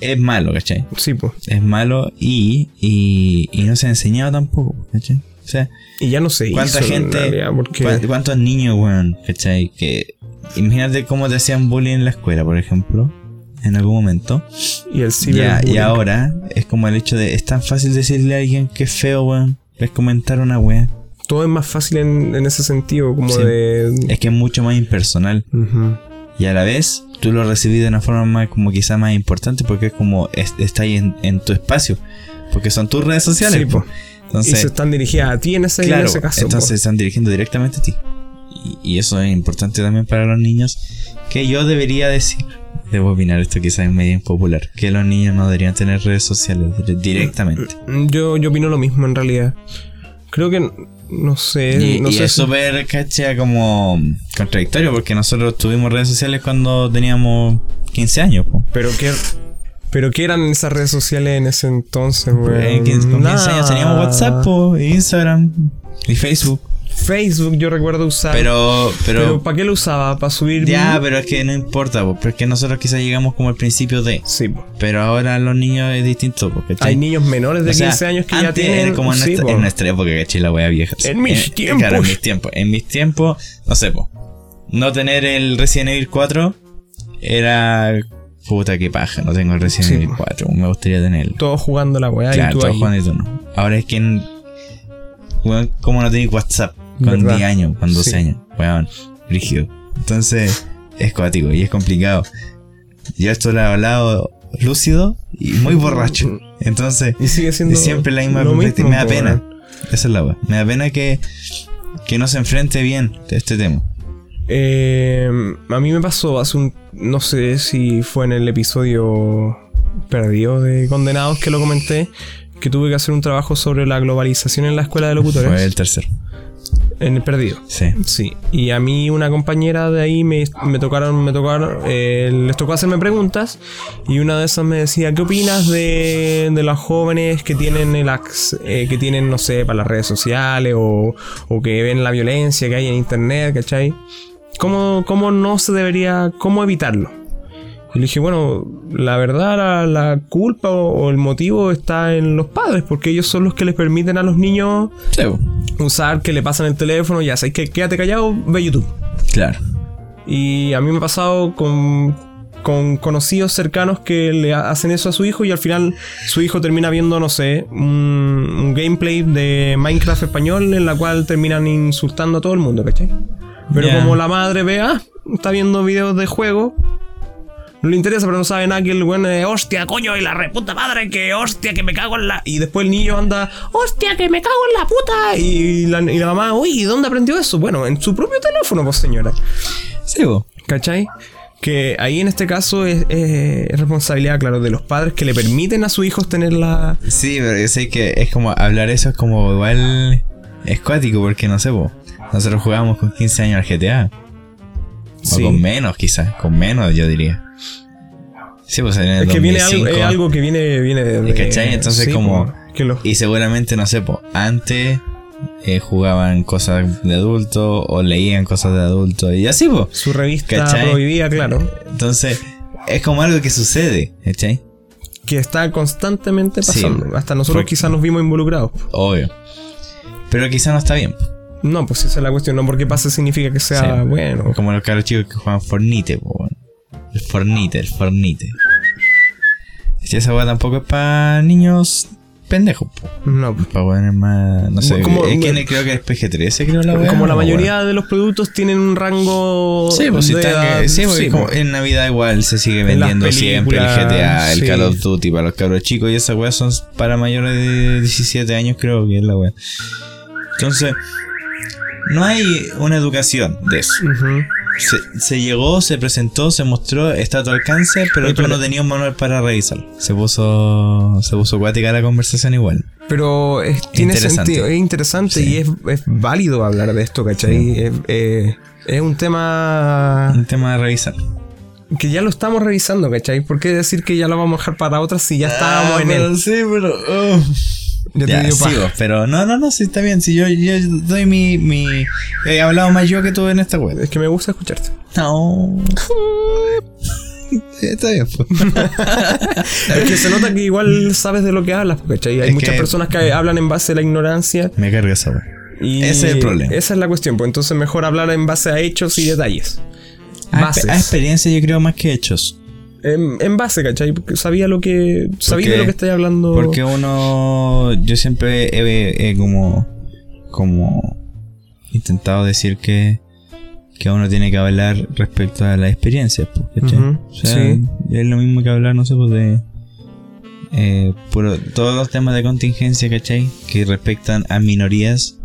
Speaker 2: es malo, ¿cachai?
Speaker 1: Sí, pues.
Speaker 2: Es malo y, y, y no se ha enseñado tampoco, ¿cachai? O sea,
Speaker 1: Y ya no sé.
Speaker 2: ¿Cuánta gente?
Speaker 1: porque...
Speaker 2: ¿Cuán- ¿Cuántos niños, weón? ¿Cachai? Que. Imagínate cómo te hacían bullying en la escuela, por ejemplo. En algún momento.
Speaker 1: Y el
Speaker 2: Ya,
Speaker 1: ciberbullying.
Speaker 2: y ahora es como el hecho de. Es tan fácil decirle a alguien que es feo, weón. Es comentar una weá.
Speaker 1: Todo es más fácil en, en ese sentido, como
Speaker 2: Sí.
Speaker 1: de...
Speaker 2: Es que es mucho más impersonal.
Speaker 1: Ujú.
Speaker 2: Y a la vez, tú lo recibís de una forma más, como quizá más importante porque es como. es- está ahí en, en tu espacio. Porque son tus redes sociales.
Speaker 1: Sí,
Speaker 2: po.
Speaker 1: po. y se están dirigidas a ti en ese, en
Speaker 2: Claro,
Speaker 1: ese caso. po.
Speaker 2: entonces están dirigiendo directamente a ti. Y, y eso es importante también para los niños. Que yo debería decir, debo opinar esto quizás es medio impopular, que los niños no deberían tener redes sociales dire- directamente.
Speaker 1: Mm, Yo, yo opino lo mismo en realidad. Creo que... No sé.
Speaker 2: Y,
Speaker 1: Eh, no
Speaker 2: y
Speaker 1: sé
Speaker 2: es
Speaker 1: si-
Speaker 2: súper, cacha, como contradictorio, porque nosotros tuvimos redes sociales cuando teníamos 15 años. po.
Speaker 1: Pero qué... Pero qué eran esas redes sociales en ese entonces,
Speaker 2: Eh,
Speaker 1: güey.
Speaker 2: quin- con 15 años teníamos WhatsApp, po, e Instagram y Facebook.
Speaker 1: Facebook yo recuerdo usar.
Speaker 2: Pero,
Speaker 1: pero,
Speaker 2: pero,
Speaker 1: ¿para qué lo usaba? ¿Para subir?
Speaker 2: ya, pero es que no importa, po, porque nosotros quizás llegamos como al principio de...
Speaker 1: Sí, po.
Speaker 2: Pero ahora los niños es distinto, porque
Speaker 1: Hay niños menores de 15 años que ya tienen.
Speaker 2: como en,
Speaker 1: sí,
Speaker 2: nuestra,
Speaker 1: po.
Speaker 2: en nuestra época, caché la wea vieja. Eh,
Speaker 1: En mis
Speaker 2: claro, en
Speaker 1: tiempos.
Speaker 2: mis tiempos. En mis tiempos, no sé, po. No tener el Resident Evil 4 era. Puta que paja, no tengo el Resident
Speaker 1: Sí,
Speaker 2: Evil
Speaker 1: po.
Speaker 2: 4. Me gustaría tenerlo.
Speaker 1: Todos jugando la weá y
Speaker 2: claro,
Speaker 1: tú
Speaker 2: todos
Speaker 1: ahí.
Speaker 2: Juan y tú no. Ahora es que. En, weón, ¿Cómo no tenéis WhatsApp? Con
Speaker 1: Verdad.
Speaker 2: 10 años, con 12
Speaker 1: Sí.
Speaker 2: años. Weón, rígido. Entonces, es cuático y es complicado. Yo esto lo he hablado lúcido y muy borracho. Entonces,
Speaker 1: Y sigue siendo.
Speaker 2: es siempre la misma
Speaker 1: lo mismo,
Speaker 2: perspectiva. Me da
Speaker 1: po,
Speaker 2: pena.
Speaker 1: weón.
Speaker 2: Esa es la wea. Me da pena que, que no se enfrente bien de este tema.
Speaker 1: Eh, a mí me pasó hace un. No sé si fue en el episodio perdido de Condenados que lo comenté. Que tuve que hacer un trabajo sobre la globalización en la escuela de locutores.
Speaker 2: Fue el tercero.
Speaker 1: En el perdido.
Speaker 2: Sí.
Speaker 1: Sí, y a mí una compañera de ahí me, me tocaron, me tocaron, eh, les tocó hacerme preguntas y una de esas me decía, ¿qué opinas de, de los jóvenes que tienen el acc- eh, que tienen, no sé, para las redes sociales o, o que ven la violencia que hay en internet, ¿cachai? ¿Cómo, cómo no se debería, cómo evitarlo? Y le dije, bueno, la verdad, la, la culpa o, o el motivo está en los padres, porque ellos son los que les permiten a los niños
Speaker 2: Sí, po.
Speaker 1: usar que le pasan el teléfono, ya sabéis que quédate callado, ve YouTube.
Speaker 2: Claro.
Speaker 1: Y a mí me ha pasado con, con conocidos cercanos que le ha- hacen eso a su hijo y al final su hijo termina viendo, no sé, un, un gameplay de Minecraft español en la cual terminan insultando a todo el mundo, ¿cachai? Pero
Speaker 2: Ya.
Speaker 1: como la madre ve, ah, está viendo videos de juego. No le interesa, pero no sabe nada que el weón es hostia, coño, y la reputa madre, que hostia, que me cago en la. Y después el niño anda, hostia, que me cago en la puta. Y la, y la mamá, uy, ¿y dónde aprendió eso? Bueno, en su propio teléfono, pues señora.
Speaker 2: Sí, po.
Speaker 1: ¿Cachai? Que ahí en este caso es, es- es responsabilidad, claro, de los padres que le permiten a sus hijos tener la...
Speaker 2: Sí, pero yo sé que es como hablar eso es como igual es cuático porque no sé, po. nosotros jugábamos con 15 años al GTA. O
Speaker 1: Sí.
Speaker 2: con menos quizás, con menos yo diría. Sí, pues en el
Speaker 1: Es que viene
Speaker 2: 2005,
Speaker 1: algo, es algo que viene, viene de...
Speaker 2: ¿Cachai? Entonces como-
Speaker 1: Que los...
Speaker 2: Y seguramente, no sé, po, antes eh, jugaban cosas de adulto o leían cosas de adulto y así, pues.
Speaker 1: Su revista
Speaker 2: ¿Cachai?
Speaker 1: prohibida, claro.
Speaker 2: Entonces, es como algo que sucede, ¿cachai?
Speaker 1: Que está constantemente
Speaker 2: Sí.
Speaker 1: pasando. Hasta nosotros
Speaker 2: Porque-
Speaker 1: quizás nos vimos involucrados.
Speaker 2: Obvio. Pero quizás no está bien.
Speaker 1: No, pues esa es la cuestión. No porque pase significa que sea
Speaker 2: Sí.
Speaker 1: bueno.
Speaker 2: Como los caros chicos que juegan Fornite, po, weón. El Fornite, el Fornite. Si esa weá tampoco es para niños pendejos, po.
Speaker 1: No. pues.
Speaker 2: Para weones más. No sé.
Speaker 1: Como-
Speaker 2: es que creo que es PG-13, creo la weá.
Speaker 1: como la
Speaker 2: ¿no,
Speaker 1: mayoría de los productos tienen un rango...
Speaker 2: weón? Sí, pues si
Speaker 1: de
Speaker 2: está-
Speaker 1: edad-
Speaker 2: sí, porque
Speaker 1: sí,
Speaker 2: como
Speaker 1: pues.
Speaker 2: en Navidad igual se sigue
Speaker 1: En las
Speaker 2: vendiendo siempre el
Speaker 1: películas,
Speaker 2: GTA, el
Speaker 1: sí.
Speaker 2: Call of Duty para los cabros chicos y esas weas son para mayores de 17 años, creo que es la wea. Entonces, no hay una educación de eso.
Speaker 1: Ujú.
Speaker 2: Se, se llegó, se presentó, se mostró, está a tu alcance, pero
Speaker 1: Oye,
Speaker 2: tú
Speaker 1: pero-
Speaker 2: no tenías un manual para revisarlo. Se puso, se puso cuática la conversación igual.
Speaker 1: Pero es- tiene
Speaker 2: Interesante.
Speaker 1: sentido, es interesante
Speaker 2: Sí.
Speaker 1: y es, es válido hablar de esto, ¿cachai? Es, eh, es un tema
Speaker 2: Un tema de revisar.
Speaker 1: que ya lo estamos revisando, ¿cachai? ¿Por qué decir que ya lo vamos a dejar para otra si ya estábamos
Speaker 2: Ah,
Speaker 1: en
Speaker 2: pero
Speaker 1: él?
Speaker 2: Sí, pero. oh.
Speaker 1: Ya te
Speaker 2: Ya,
Speaker 1: dio paja.
Speaker 2: sigo, pero no, no, no, sí, está bien. Si yo, yo doy mi, mi. He hablado más yo que tú en esta web.
Speaker 1: Es que me gusta escucharte.
Speaker 2: No. está bien, pues.
Speaker 1: Es que se nota que igual sabes de lo que hablas, pues, ¿cachai? Hay
Speaker 2: Es
Speaker 1: muchas
Speaker 2: que-
Speaker 1: personas que hablan en base a la ignorancia
Speaker 2: Me carga esa web.
Speaker 1: y...
Speaker 2: Ese es el problema.
Speaker 1: Esa es la cuestión, pues entonces mejor hablar en base a hechos y detalles.
Speaker 2: A, expe- a
Speaker 1: Bases.
Speaker 2: experiencia, yo creo, más que hechos.
Speaker 1: En, en base, ¿cachai? Porque sabía lo que... Sabía de
Speaker 2: Porque-
Speaker 1: lo que estoy hablando.
Speaker 2: Porque uno. Yo siempre he, he- he como. Como. Intentado decir que. Que uno tiene que hablar respecto a las experiencias, pues, ¿cachai?
Speaker 1: Ujú,
Speaker 2: O sea,
Speaker 1: sí.
Speaker 2: es lo mismo que hablar, no sé, pues de. eh, puro- todos los temas de contingencia, ¿cachai? Que respectan a minorías.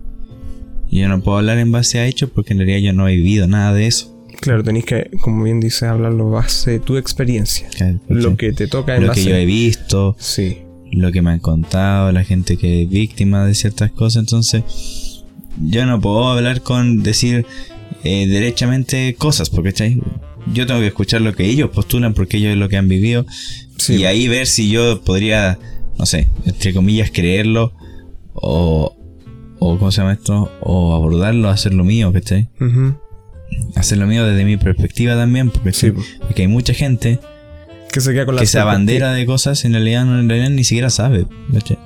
Speaker 2: Yo no puedo hablar en base a hechos porque en realidad yo no he vivido nada de eso.
Speaker 1: Claro, tenés que, como bien dice, hablarlo base de tu experiencia.
Speaker 2: ¿cachai?
Speaker 1: Lo que te toca en
Speaker 2: Lo
Speaker 1: base.
Speaker 2: que yo he visto,
Speaker 1: Sí.
Speaker 2: lo que me han contado, la gente que es víctima de ciertas cosas. Entonces, yo no puedo hablar con decir eh, derechamente cosas, porque ¿cachai? yo tengo que escuchar lo que ellos postulan, porque ellos es lo que han vivido,
Speaker 1: Sí. pues.
Speaker 2: y ahí ver si yo podría, no sé, entre comillas, creerlo, o, o ¿cómo se llama esto? O abordarlo, hacer lo mío, ¿cachai?
Speaker 1: Ujú.
Speaker 2: Hacer lo mío desde mi perspectiva también, porque,
Speaker 1: Sí.
Speaker 2: porque hay mucha gente
Speaker 1: Que se queda con la
Speaker 2: que se
Speaker 1: serpiente.
Speaker 2: abandera de cosas, en realidad, no- en realidad ni siquiera sabe, ¿cachai?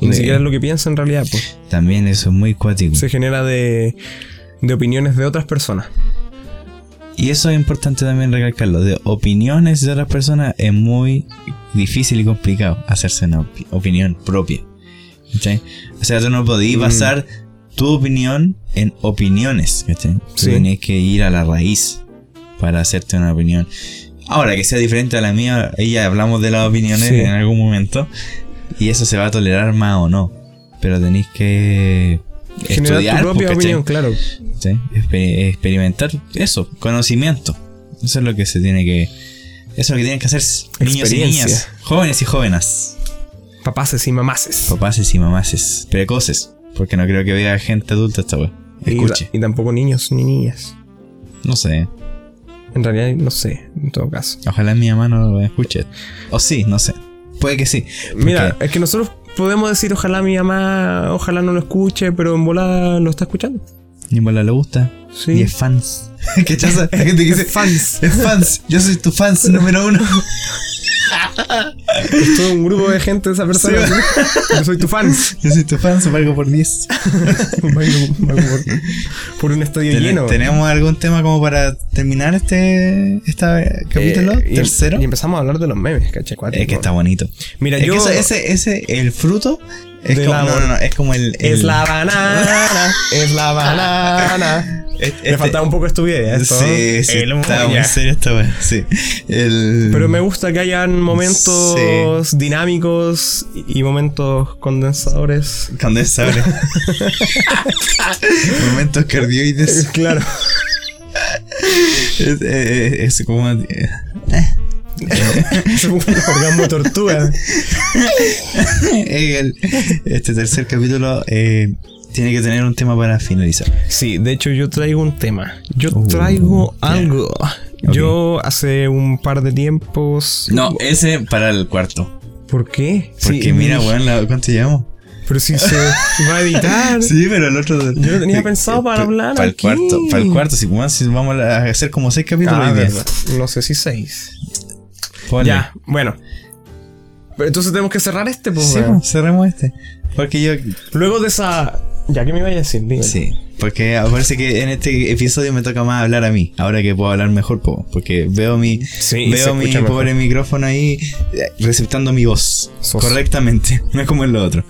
Speaker 1: Y Ni
Speaker 2: De-
Speaker 1: siquiera es lo que piensa en realidad, pues.
Speaker 2: También eso es muy cuático.
Speaker 1: Se genera de, de opiniones de otras personas.
Speaker 2: Y eso es importante también recalcarlo. De opiniones de otras personas es muy difícil y complicado hacerse una opi- opinión propia. ¿cachai? O sea, tú no podías
Speaker 1: Mm.
Speaker 2: basar tu opinión en opiniones. ¿cachai? Tú
Speaker 1: Sí.
Speaker 2: tenías que ir a la raíz para hacerte una opinión. Ahora, que sea diferente a la mía, ahí ya hablamos de las opiniones
Speaker 1: Sí.
Speaker 2: en algún momento. Y eso se va a tolerar más o no. Pero tenéis que
Speaker 1: Generar
Speaker 2: estudiar,
Speaker 1: tu
Speaker 2: pues,
Speaker 1: propia
Speaker 2: ¿cachai?
Speaker 1: opinión, claro.
Speaker 2: ¿sí? Exper- experimentar eso, conocimiento. Eso es lo que se tiene que. Eso es lo que tienen que hacer niños y
Speaker 1: Experiencia.
Speaker 2: niñas, jóvenes y jóvenes,
Speaker 1: Papaces y mamaces.
Speaker 2: papaces y mamaces, precoces, porque no creo que vea gente adulta esta wea.
Speaker 1: Y-
Speaker 2: Escuche,
Speaker 1: Y, tampoco niños ni niñas.
Speaker 2: no sé,
Speaker 1: En realidad, no sé, en todo caso.
Speaker 2: ojalá mi mamá no lo escuche. O sí, no sé, puede que sí.
Speaker 1: Mira, es que nosotros podemos decir, ojalá mi mamá, ojalá no lo escuche, pero en volada lo está escuchando.
Speaker 2: Ni bola le gusta,
Speaker 1: Sí.
Speaker 2: ni es fans. ¿Qué chaza? La gente que dice
Speaker 1: Fans.
Speaker 2: Es fans, yo soy tu fans número uno.
Speaker 1: Es todo un grupo de gente esa persona.
Speaker 2: Sí.
Speaker 1: Yo soy tu fan.
Speaker 2: Yo soy tu fans, valgo por 10.
Speaker 1: Valgo- valgo por, por un estadio
Speaker 2: Tene-
Speaker 1: lleno.
Speaker 2: ¿Tenemos algún tema como para terminar este esta capítulo?
Speaker 1: Eh, y-
Speaker 2: tercero.
Speaker 1: Y empezamos a hablar de los memes, ¿cachai? Cuático.
Speaker 2: es que está bonito.
Speaker 1: Mira,
Speaker 2: Es que
Speaker 1: yo.
Speaker 2: eso- ese, ese, el fruto es
Speaker 1: Del
Speaker 2: como, no,
Speaker 1: amor.
Speaker 2: no, no, es como el.
Speaker 1: Es
Speaker 2: el-
Speaker 1: la banana, es la banana.
Speaker 2: es-
Speaker 1: Le
Speaker 2: este-
Speaker 1: faltaba un poco estupidez. esto.
Speaker 2: Sí, sí,
Speaker 1: El
Speaker 2: está muy
Speaker 1: moña.
Speaker 2: serio esta wea, Sí. El-
Speaker 1: Pero me gusta que hayan momentos dinámicos y y momentos condensadores.
Speaker 2: Condensable. Momentos cardioides.
Speaker 1: Claro.
Speaker 2: Es, eh, es como. eh,
Speaker 1: Es un orgasmo tortuga.
Speaker 2: el- este tercer capítulo eh, tiene que tener un tema para finalizar.
Speaker 1: Sí, de hecho yo traigo un tema. Yo
Speaker 2: Uh,
Speaker 1: traigo
Speaker 2: ya.
Speaker 1: algo. Yo hace un par de tiempos...
Speaker 2: No, ese para el cuarto.
Speaker 1: ¿Por qué?
Speaker 2: Porque
Speaker 1: Sí,
Speaker 2: mira,
Speaker 1: dije,
Speaker 2: weón, la- ¿cuánto llevamos?
Speaker 1: Pero si se va a editar.
Speaker 2: Sí, pero el otro. eh,
Speaker 1: Yo lo tenía pensado para hablar
Speaker 2: Para el
Speaker 1: aquí.
Speaker 2: cuarto, para el cuarto. Si, weón, si vamos a hacer como seis capítulos
Speaker 1: Ah,
Speaker 2: hoy día.
Speaker 1: verdad. No sé si seis.
Speaker 2: Ponle.
Speaker 1: Ya, bueno. Pero entonces tenemos que cerrar este, pues.
Speaker 2: Sí,
Speaker 1: weón.
Speaker 2: weón, cerremos este. Porque yo.
Speaker 1: Luego de esa... Ya que me iba a decir, dime.
Speaker 2: Sí. Porque parece que en este episodio me toca más hablar a mí. Ahora que puedo hablar mejor, po, porque veo mi.
Speaker 1: Sí, se
Speaker 2: veo mi
Speaker 1: escucha mejor.
Speaker 2: pobre micrófono ahí eh, receptando mi voz
Speaker 1: Sos.
Speaker 2: correctamente, no es como en lo otro.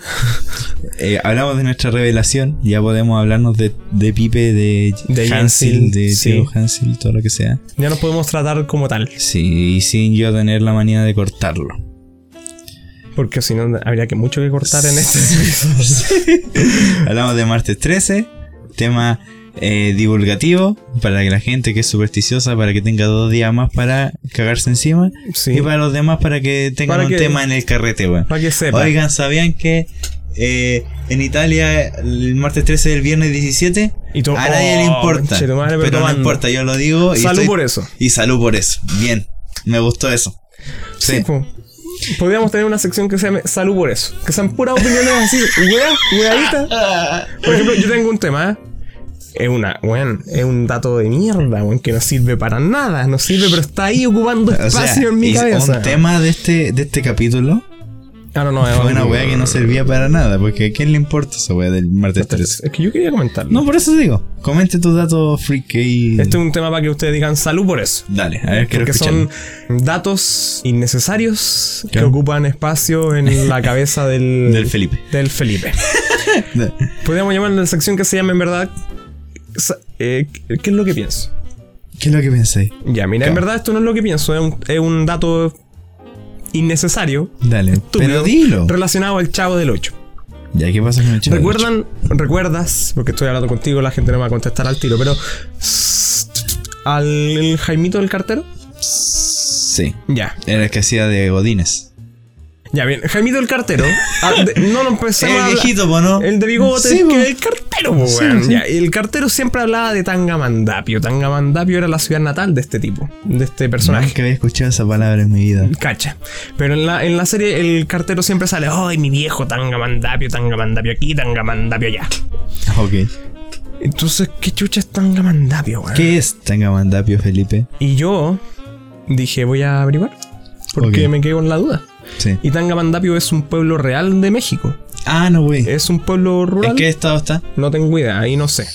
Speaker 2: Eh, hablamos de nuestra revelación, ya podemos hablarnos de, de Pipe, de,
Speaker 1: De
Speaker 2: Hansil,
Speaker 1: Jensil,
Speaker 2: de
Speaker 1: sí.
Speaker 2: Tío Hansil, todo lo que sea.
Speaker 1: Ya nos podemos tratar como tal.
Speaker 2: Sí, y sin yo tener la manía de cortarlo.
Speaker 1: Porque si no, habría que mucho que cortar en este.
Speaker 2: Sí. Hablamos de martes 13, tema eh, divulgativo para la gente que es supersticiosa, para que tenga dos días más para cagarse encima.
Speaker 1: Sí.
Speaker 2: Y para los demás, para que tengan
Speaker 1: Para
Speaker 2: un
Speaker 1: que-
Speaker 2: tema en el carrete, weón.
Speaker 1: Para que sepa.
Speaker 2: Oigan, ¿sabían que eh, en Italia el martes 13 y el viernes 17?
Speaker 1: Y to-
Speaker 2: a nadie le
Speaker 1: Oh,
Speaker 2: importa.
Speaker 1: conchetumare, pero
Speaker 2: pero no
Speaker 1: tomando.
Speaker 2: importa, yo lo digo. Y
Speaker 1: Salud
Speaker 2: estoy-
Speaker 1: por eso.
Speaker 2: Y salud por eso. Bien, me gustó eso. Sí.
Speaker 1: Sí, po. Podríamos tener una sección que se llame Salud por eso. Que sean puras opiniones así, weá, weadita. Por ejemplo, yo tengo un tema. ¿eh? Es una, weón, es un dato de mierda, weón, que no sirve para nada. No sirve, pero está ahí ocupando
Speaker 2: O sea,
Speaker 1: espacio en mi
Speaker 2: y
Speaker 1: cabeza.
Speaker 2: un tema de este, de este capítulo
Speaker 1: Ah, no, no, es
Speaker 2: fue una
Speaker 1: un-
Speaker 2: weá que no servía para nada, porque ¿a quién le importa esa weá del martes 13?
Speaker 1: Es que yo quería comentarlo.
Speaker 2: No, por eso digo, comente tus datos freak y...
Speaker 1: Este es un tema para que ustedes digan salud por eso.
Speaker 2: Dale, a ver, quiero
Speaker 1: Porque
Speaker 2: escucharlo.
Speaker 1: son datos innecesarios que
Speaker 2: Claro.
Speaker 1: ocupan espacio en la cabeza del,
Speaker 2: Del Felipe.
Speaker 1: del Felipe. Podríamos llamar la sección que se llama en verdad. sa- eh, ¿Qué es lo que pienso?
Speaker 2: ¿Qué es lo que pensáis?
Speaker 1: Ya, mira, en
Speaker 2: Claro.
Speaker 1: verdad esto no es lo que pienso, es un, es un dato innecesario.
Speaker 2: Dale,
Speaker 1: estúpido,
Speaker 2: pero dilo.
Speaker 1: Relacionado al chavo del 8.
Speaker 2: Ya, ¿qué pasa con el chavo?
Speaker 1: ¿Recuerdan? ¿Recuerdas? Porque estoy hablando contigo, la gente no me va a contestar al tiro, pero. s- ¿Al Jaimito del cartero?
Speaker 2: Sí,
Speaker 1: Ya.
Speaker 2: era el que hacía de Godines.
Speaker 1: Ya, bien. Jaimito el cartero. Ah, de- no lo empecé
Speaker 2: El viejito, po, ¿no?
Speaker 1: El de bigote,
Speaker 2: Sí,
Speaker 1: que
Speaker 2: po.
Speaker 1: era el cartero, po,
Speaker 2: Sí,
Speaker 1: weón.
Speaker 2: sí.
Speaker 1: Ya, y el cartero siempre hablaba de Tangamandapio. Tangamandapio era la ciudad natal de este tipo, de este personaje.
Speaker 2: que había escuchado esa palabra en mi vida.
Speaker 1: Cacha. Pero en la, en la serie el cartero siempre sale, ay, mi viejo, Tangamandapio, Tangamandapio aquí, Tangamandapio allá.
Speaker 2: Ok.
Speaker 1: Entonces, ¿qué chucha es Tangamandapio, weón?
Speaker 2: ¿Qué es Tangamandapio, Felipe?
Speaker 1: Y yo dije, voy a averiguar. Porque
Speaker 2: Ok.
Speaker 1: me quedo en la duda.
Speaker 2: Sí.
Speaker 1: Y Tangamandapio es un pueblo real de México.
Speaker 2: Ah, no, güey.
Speaker 1: Es un pueblo rural.
Speaker 2: ¿En qué estado está?
Speaker 1: No tengo idea, ahí no sé.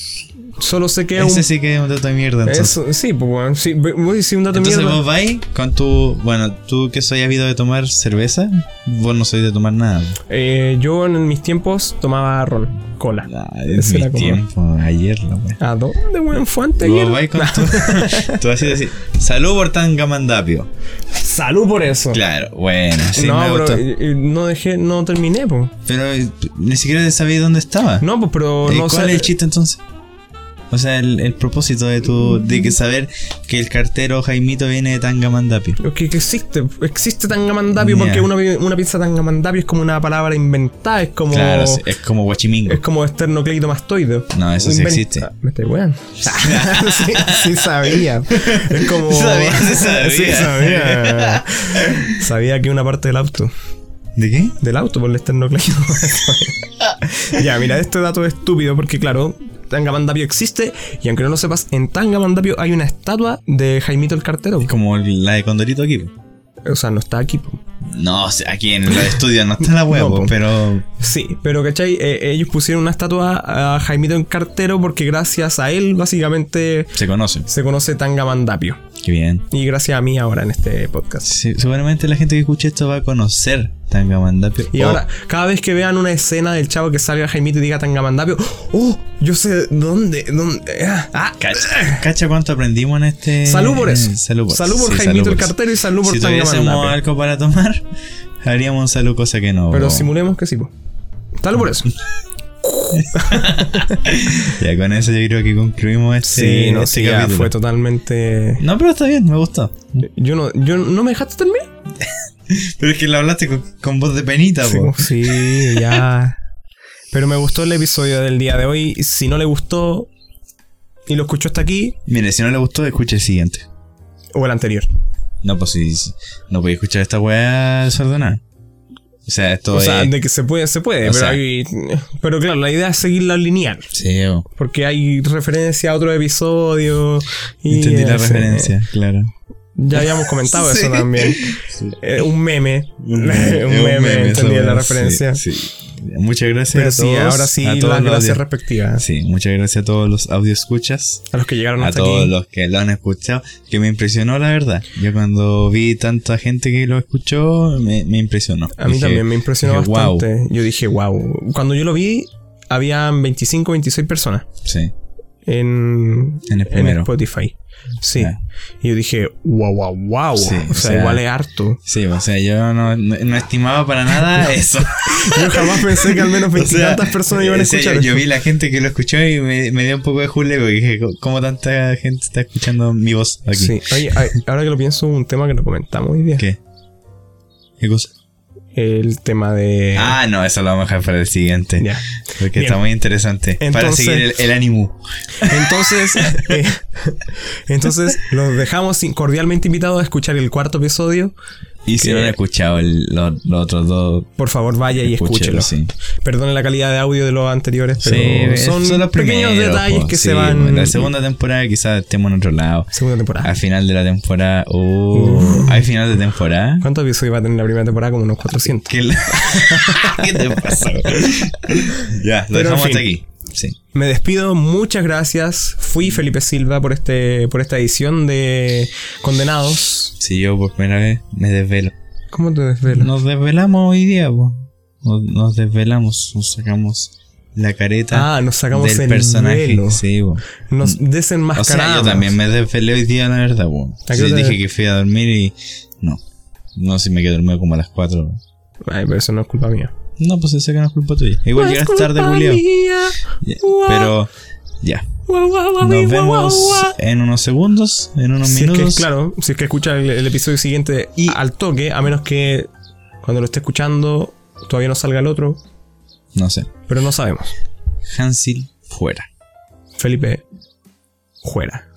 Speaker 1: Solo sé que es
Speaker 2: Ese
Speaker 1: un.
Speaker 2: sí que es un dato de mierda, entonces.
Speaker 1: Eso, sí, pues bueno, sí, ve- voy a decir un dato de
Speaker 2: Entonces
Speaker 1: mierda.
Speaker 2: vos vais con tu... Bueno, tú que soy habido de tomar cerveza, vos no sois de tomar nada.
Speaker 1: Eh, yo en mis tiempos tomaba ron, cola.
Speaker 2: Ah,
Speaker 1: Ese
Speaker 2: es mi
Speaker 1: era como-
Speaker 2: tiempo, ayer, la wea.
Speaker 1: ¿A dónde, weón? Fue antes
Speaker 2: Vos
Speaker 1: ayer.
Speaker 2: vais con tu... tú vas a decir, salud por Tangamandapio.
Speaker 1: Salud por eso.
Speaker 2: Claro, bueno, sí
Speaker 1: no,
Speaker 2: me
Speaker 1: pero
Speaker 2: gustó.
Speaker 1: eh, eh, no dejé, no terminé, pues.
Speaker 2: Pero eh, ni siquiera sabéis dónde estaba.
Speaker 1: No, pues, pero
Speaker 2: ¿Y
Speaker 1: no
Speaker 2: Eh, ¿Cuál
Speaker 1: sé.
Speaker 2: es el chiste entonces? O sea, el, el propósito de tu, de que saber que el cartero Jaimito viene de Tangamandapio.
Speaker 1: Que, que existe, existe tangamandapio
Speaker 2: Ya.
Speaker 1: porque una, pi- una pizza tangamandapio es como una palabra inventada, es como.
Speaker 2: Claro, sí, es como guachimingo.
Speaker 1: Es como este esternocleidomastoide.
Speaker 2: No, eso sí existe.
Speaker 1: Ah, Me estoy weón. sí, sí sabía. Es como.
Speaker 2: Sabía, sí sabía.
Speaker 1: Sí sabía. Sabía que una parte del auto.
Speaker 2: ¿De qué?
Speaker 1: Del auto, por el esternocleidomastoide. ya, mira, este dato es estúpido porque, claro, Tangamandapio existe y aunque no lo sepas, en Tangamandapio hay una estatua de Jaimito el Cartero.
Speaker 2: Es como la de Condorito aquí. po.
Speaker 1: O sea, no está aquí. po.
Speaker 2: No, o sea, aquí en el estudio no está la hueá,
Speaker 1: No,
Speaker 2: po,
Speaker 1: po.
Speaker 2: pero.
Speaker 1: Sí, pero ¿cachai? Eh, ellos pusieron una estatua a Jaimito el Cartero porque gracias a él, básicamente,
Speaker 2: Se conocen.
Speaker 1: se conoce Tangamandapio.
Speaker 2: Qué bien.
Speaker 1: Y gracias a mí ahora en este podcast.
Speaker 2: Sí, seguramente la gente que escucha esto va a conocer Tangamandapio.
Speaker 1: Y
Speaker 2: O-
Speaker 1: ahora, cada vez que vean una escena del chavo que salga Jaimito y diga Tangamandapio, ¡Oh! Yo sé dónde, dónde. ah, Ah,
Speaker 2: Oh, Cacha, cacha cuánto aprendimos en este.
Speaker 1: Salud por eso.
Speaker 2: Salud por,
Speaker 1: Salud por
Speaker 2: sí,
Speaker 1: Jaimito el
Speaker 2: por eso.
Speaker 1: cartero y salud por
Speaker 2: Si tuviésemos
Speaker 1: Tangamandapio.
Speaker 2: algo para tomar, haríamos un salud, cosa que no.
Speaker 1: Pero
Speaker 2: po.
Speaker 1: simulemos que sí, po. Salud por eso.
Speaker 2: Ya con eso yo creo que concluimos este,
Speaker 1: Sí, no
Speaker 2: este
Speaker 1: sé, ya
Speaker 2: capítulo.
Speaker 1: fue totalmente.
Speaker 2: No, pero está bien, me gustó.
Speaker 1: Yo no, yo no me dejaste terminar.
Speaker 2: Pero es que lo hablaste con, con voz de penita,
Speaker 1: Sí,
Speaker 2: po.
Speaker 1: po, sí, ya. Pero me gustó el episodio del día de hoy. Si no le gustó y lo escuchó hasta aquí,
Speaker 2: Mire, si no le gustó, escuche el siguiente.
Speaker 1: o el anterior.
Speaker 2: No, pues si no podía escuchar esta weá desordenada. O sea, esto
Speaker 1: O sea,
Speaker 2: es.
Speaker 1: de que se puede, se puede,
Speaker 2: eh. o
Speaker 1: pero
Speaker 2: sea-
Speaker 1: hay- Pero claro, la idea es seguirla lineal.
Speaker 2: Sí, po.
Speaker 1: Porque hay referencia a otro episodio. Y
Speaker 2: entendí la
Speaker 1: ese- eh,
Speaker 2: referencia, claro.
Speaker 1: Ya habíamos comentado
Speaker 2: Sí.
Speaker 1: eso también. Eh, un meme. un
Speaker 2: Es un
Speaker 1: meme,
Speaker 2: esa
Speaker 1: entendí la
Speaker 2: weá,
Speaker 1: referencia.
Speaker 2: sí, sí. Muchas gracias
Speaker 1: Pero
Speaker 2: a
Speaker 1: sí,
Speaker 2: todos.
Speaker 1: ahora sí,
Speaker 2: a todos
Speaker 1: las
Speaker 2: los
Speaker 1: gracias
Speaker 2: audio-
Speaker 1: respectivas.
Speaker 2: Sí, muchas gracias a todos los audio escuchas.
Speaker 1: A los que llegaron
Speaker 2: a
Speaker 1: hasta
Speaker 2: todos
Speaker 1: aquí.
Speaker 2: los que lo han escuchado, que me impresionó la verdad. Yo cuando vi tanta gente que lo escuchó, me, me impresionó.
Speaker 1: A mí
Speaker 2: Dije,
Speaker 1: también me impresionó
Speaker 2: dije, "Guau".
Speaker 1: bastante. Yo dije, wow. Cuando yo lo vi, habían 25, 26 personas
Speaker 2: Sí,
Speaker 1: en,
Speaker 2: En el primero.
Speaker 1: Spotify. Sí.
Speaker 2: Ah.
Speaker 1: Y yo dije, wow, wow, wow.
Speaker 2: Sí,
Speaker 1: o
Speaker 2: o
Speaker 1: sea,
Speaker 2: sea-
Speaker 1: igual es harto.
Speaker 2: Sí, o sea, yo no, no- no estimaba para nada eso.
Speaker 1: Yo jamás pensé que al menos
Speaker 2: O sea,
Speaker 1: 20 personas iban a
Speaker 2: o sea,
Speaker 1: escuchar.
Speaker 2: Yo, yo
Speaker 1: esto.
Speaker 2: vi la gente que lo escuchó y me, me dio un poco de julego porque dije, ¿cómo tanta gente está escuchando mi voz aquí?
Speaker 1: Sí. Oye, ay, ahora que lo pienso, un tema que lo comentamos hoy día.
Speaker 2: ¿Qué? ¿Qué cosa?
Speaker 1: El tema de.
Speaker 2: Ah, no, eso lo vamos a dejar para el siguiente.
Speaker 1: Ya.
Speaker 2: Porque
Speaker 1: Bien.
Speaker 2: está muy interesante. para
Speaker 1: Entonces-
Speaker 2: seguir el, el ánimo.
Speaker 1: Entonces, eh, entonces los dejamos in- cordialmente invitados a escuchar el cuarto episodio.
Speaker 2: Y si
Speaker 1: Que-
Speaker 2: no han escuchado el- lo- los otros dos,
Speaker 1: Por favor, vaya y
Speaker 2: escúchelo,
Speaker 1: escúchelo.
Speaker 2: sí.
Speaker 1: Perdone la calidad de audio de los anteriores,
Speaker 2: Sí,
Speaker 1: pero
Speaker 2: es-
Speaker 1: son,
Speaker 2: los
Speaker 1: pequeños
Speaker 2: primeros,
Speaker 1: detalles
Speaker 2: po.
Speaker 1: que
Speaker 2: Sí,
Speaker 1: se van.
Speaker 2: En la segunda temporada quizás estemos en otro lado.
Speaker 1: Segunda temporada.
Speaker 2: Al final de la temporada, oh, ¿hay final de temporada?
Speaker 1: ¿Cuántos episodios va a tener la primera temporada? Como unos 400.
Speaker 2: ¿Qué, le- ¿Qué te pasó? ya, lo
Speaker 1: Pero, en
Speaker 2: dejamos
Speaker 1: fin.
Speaker 2: hasta aquí. Sí.
Speaker 1: Me despido, muchas gracias. Fui Felipe Silva por este por esta edición de Condenados.
Speaker 2: Si yo por primera vez me desvelo.
Speaker 1: ¿Cómo te desvelo?
Speaker 2: Nos desvelamos hoy día, po. Nos, nos desvelamos, nos sacamos la careta
Speaker 1: ah, nos sacamos
Speaker 2: del
Speaker 1: el
Speaker 2: personaje.
Speaker 1: velo. Ah,
Speaker 2: Sí, po.
Speaker 1: Nos
Speaker 2: O sea,
Speaker 1: desenmascaramos.
Speaker 2: yo también me desvelé hoy día, la verdad, po.
Speaker 1: ¿A qué
Speaker 2: Sí,
Speaker 1: hora te-
Speaker 2: dije que fui a dormir y. No. No, si me quedé dormido como a las 4.
Speaker 1: Ay, pero eso no es culpa mía.
Speaker 2: No, pues esa que no es culpa tuya. Igual
Speaker 1: No es
Speaker 2: llegaste tarde,
Speaker 1: culpa
Speaker 2: Julio.
Speaker 1: mía. Guau.
Speaker 2: Pero. Ya.
Speaker 1: Guau, guau, guau,
Speaker 2: Nos
Speaker 1: guau, guau,
Speaker 2: vemos
Speaker 1: guau.
Speaker 2: en unos segundos, en unos
Speaker 1: Si es que,
Speaker 2: minutos.
Speaker 1: claro, si es que escucha el, el episodio siguiente
Speaker 2: Y-
Speaker 1: al toque, a menos que cuando lo esté escuchando todavía no salga el otro,
Speaker 2: No sé.
Speaker 1: pero no sabemos.
Speaker 2: Hansil fuera.
Speaker 1: Felipe, fuera.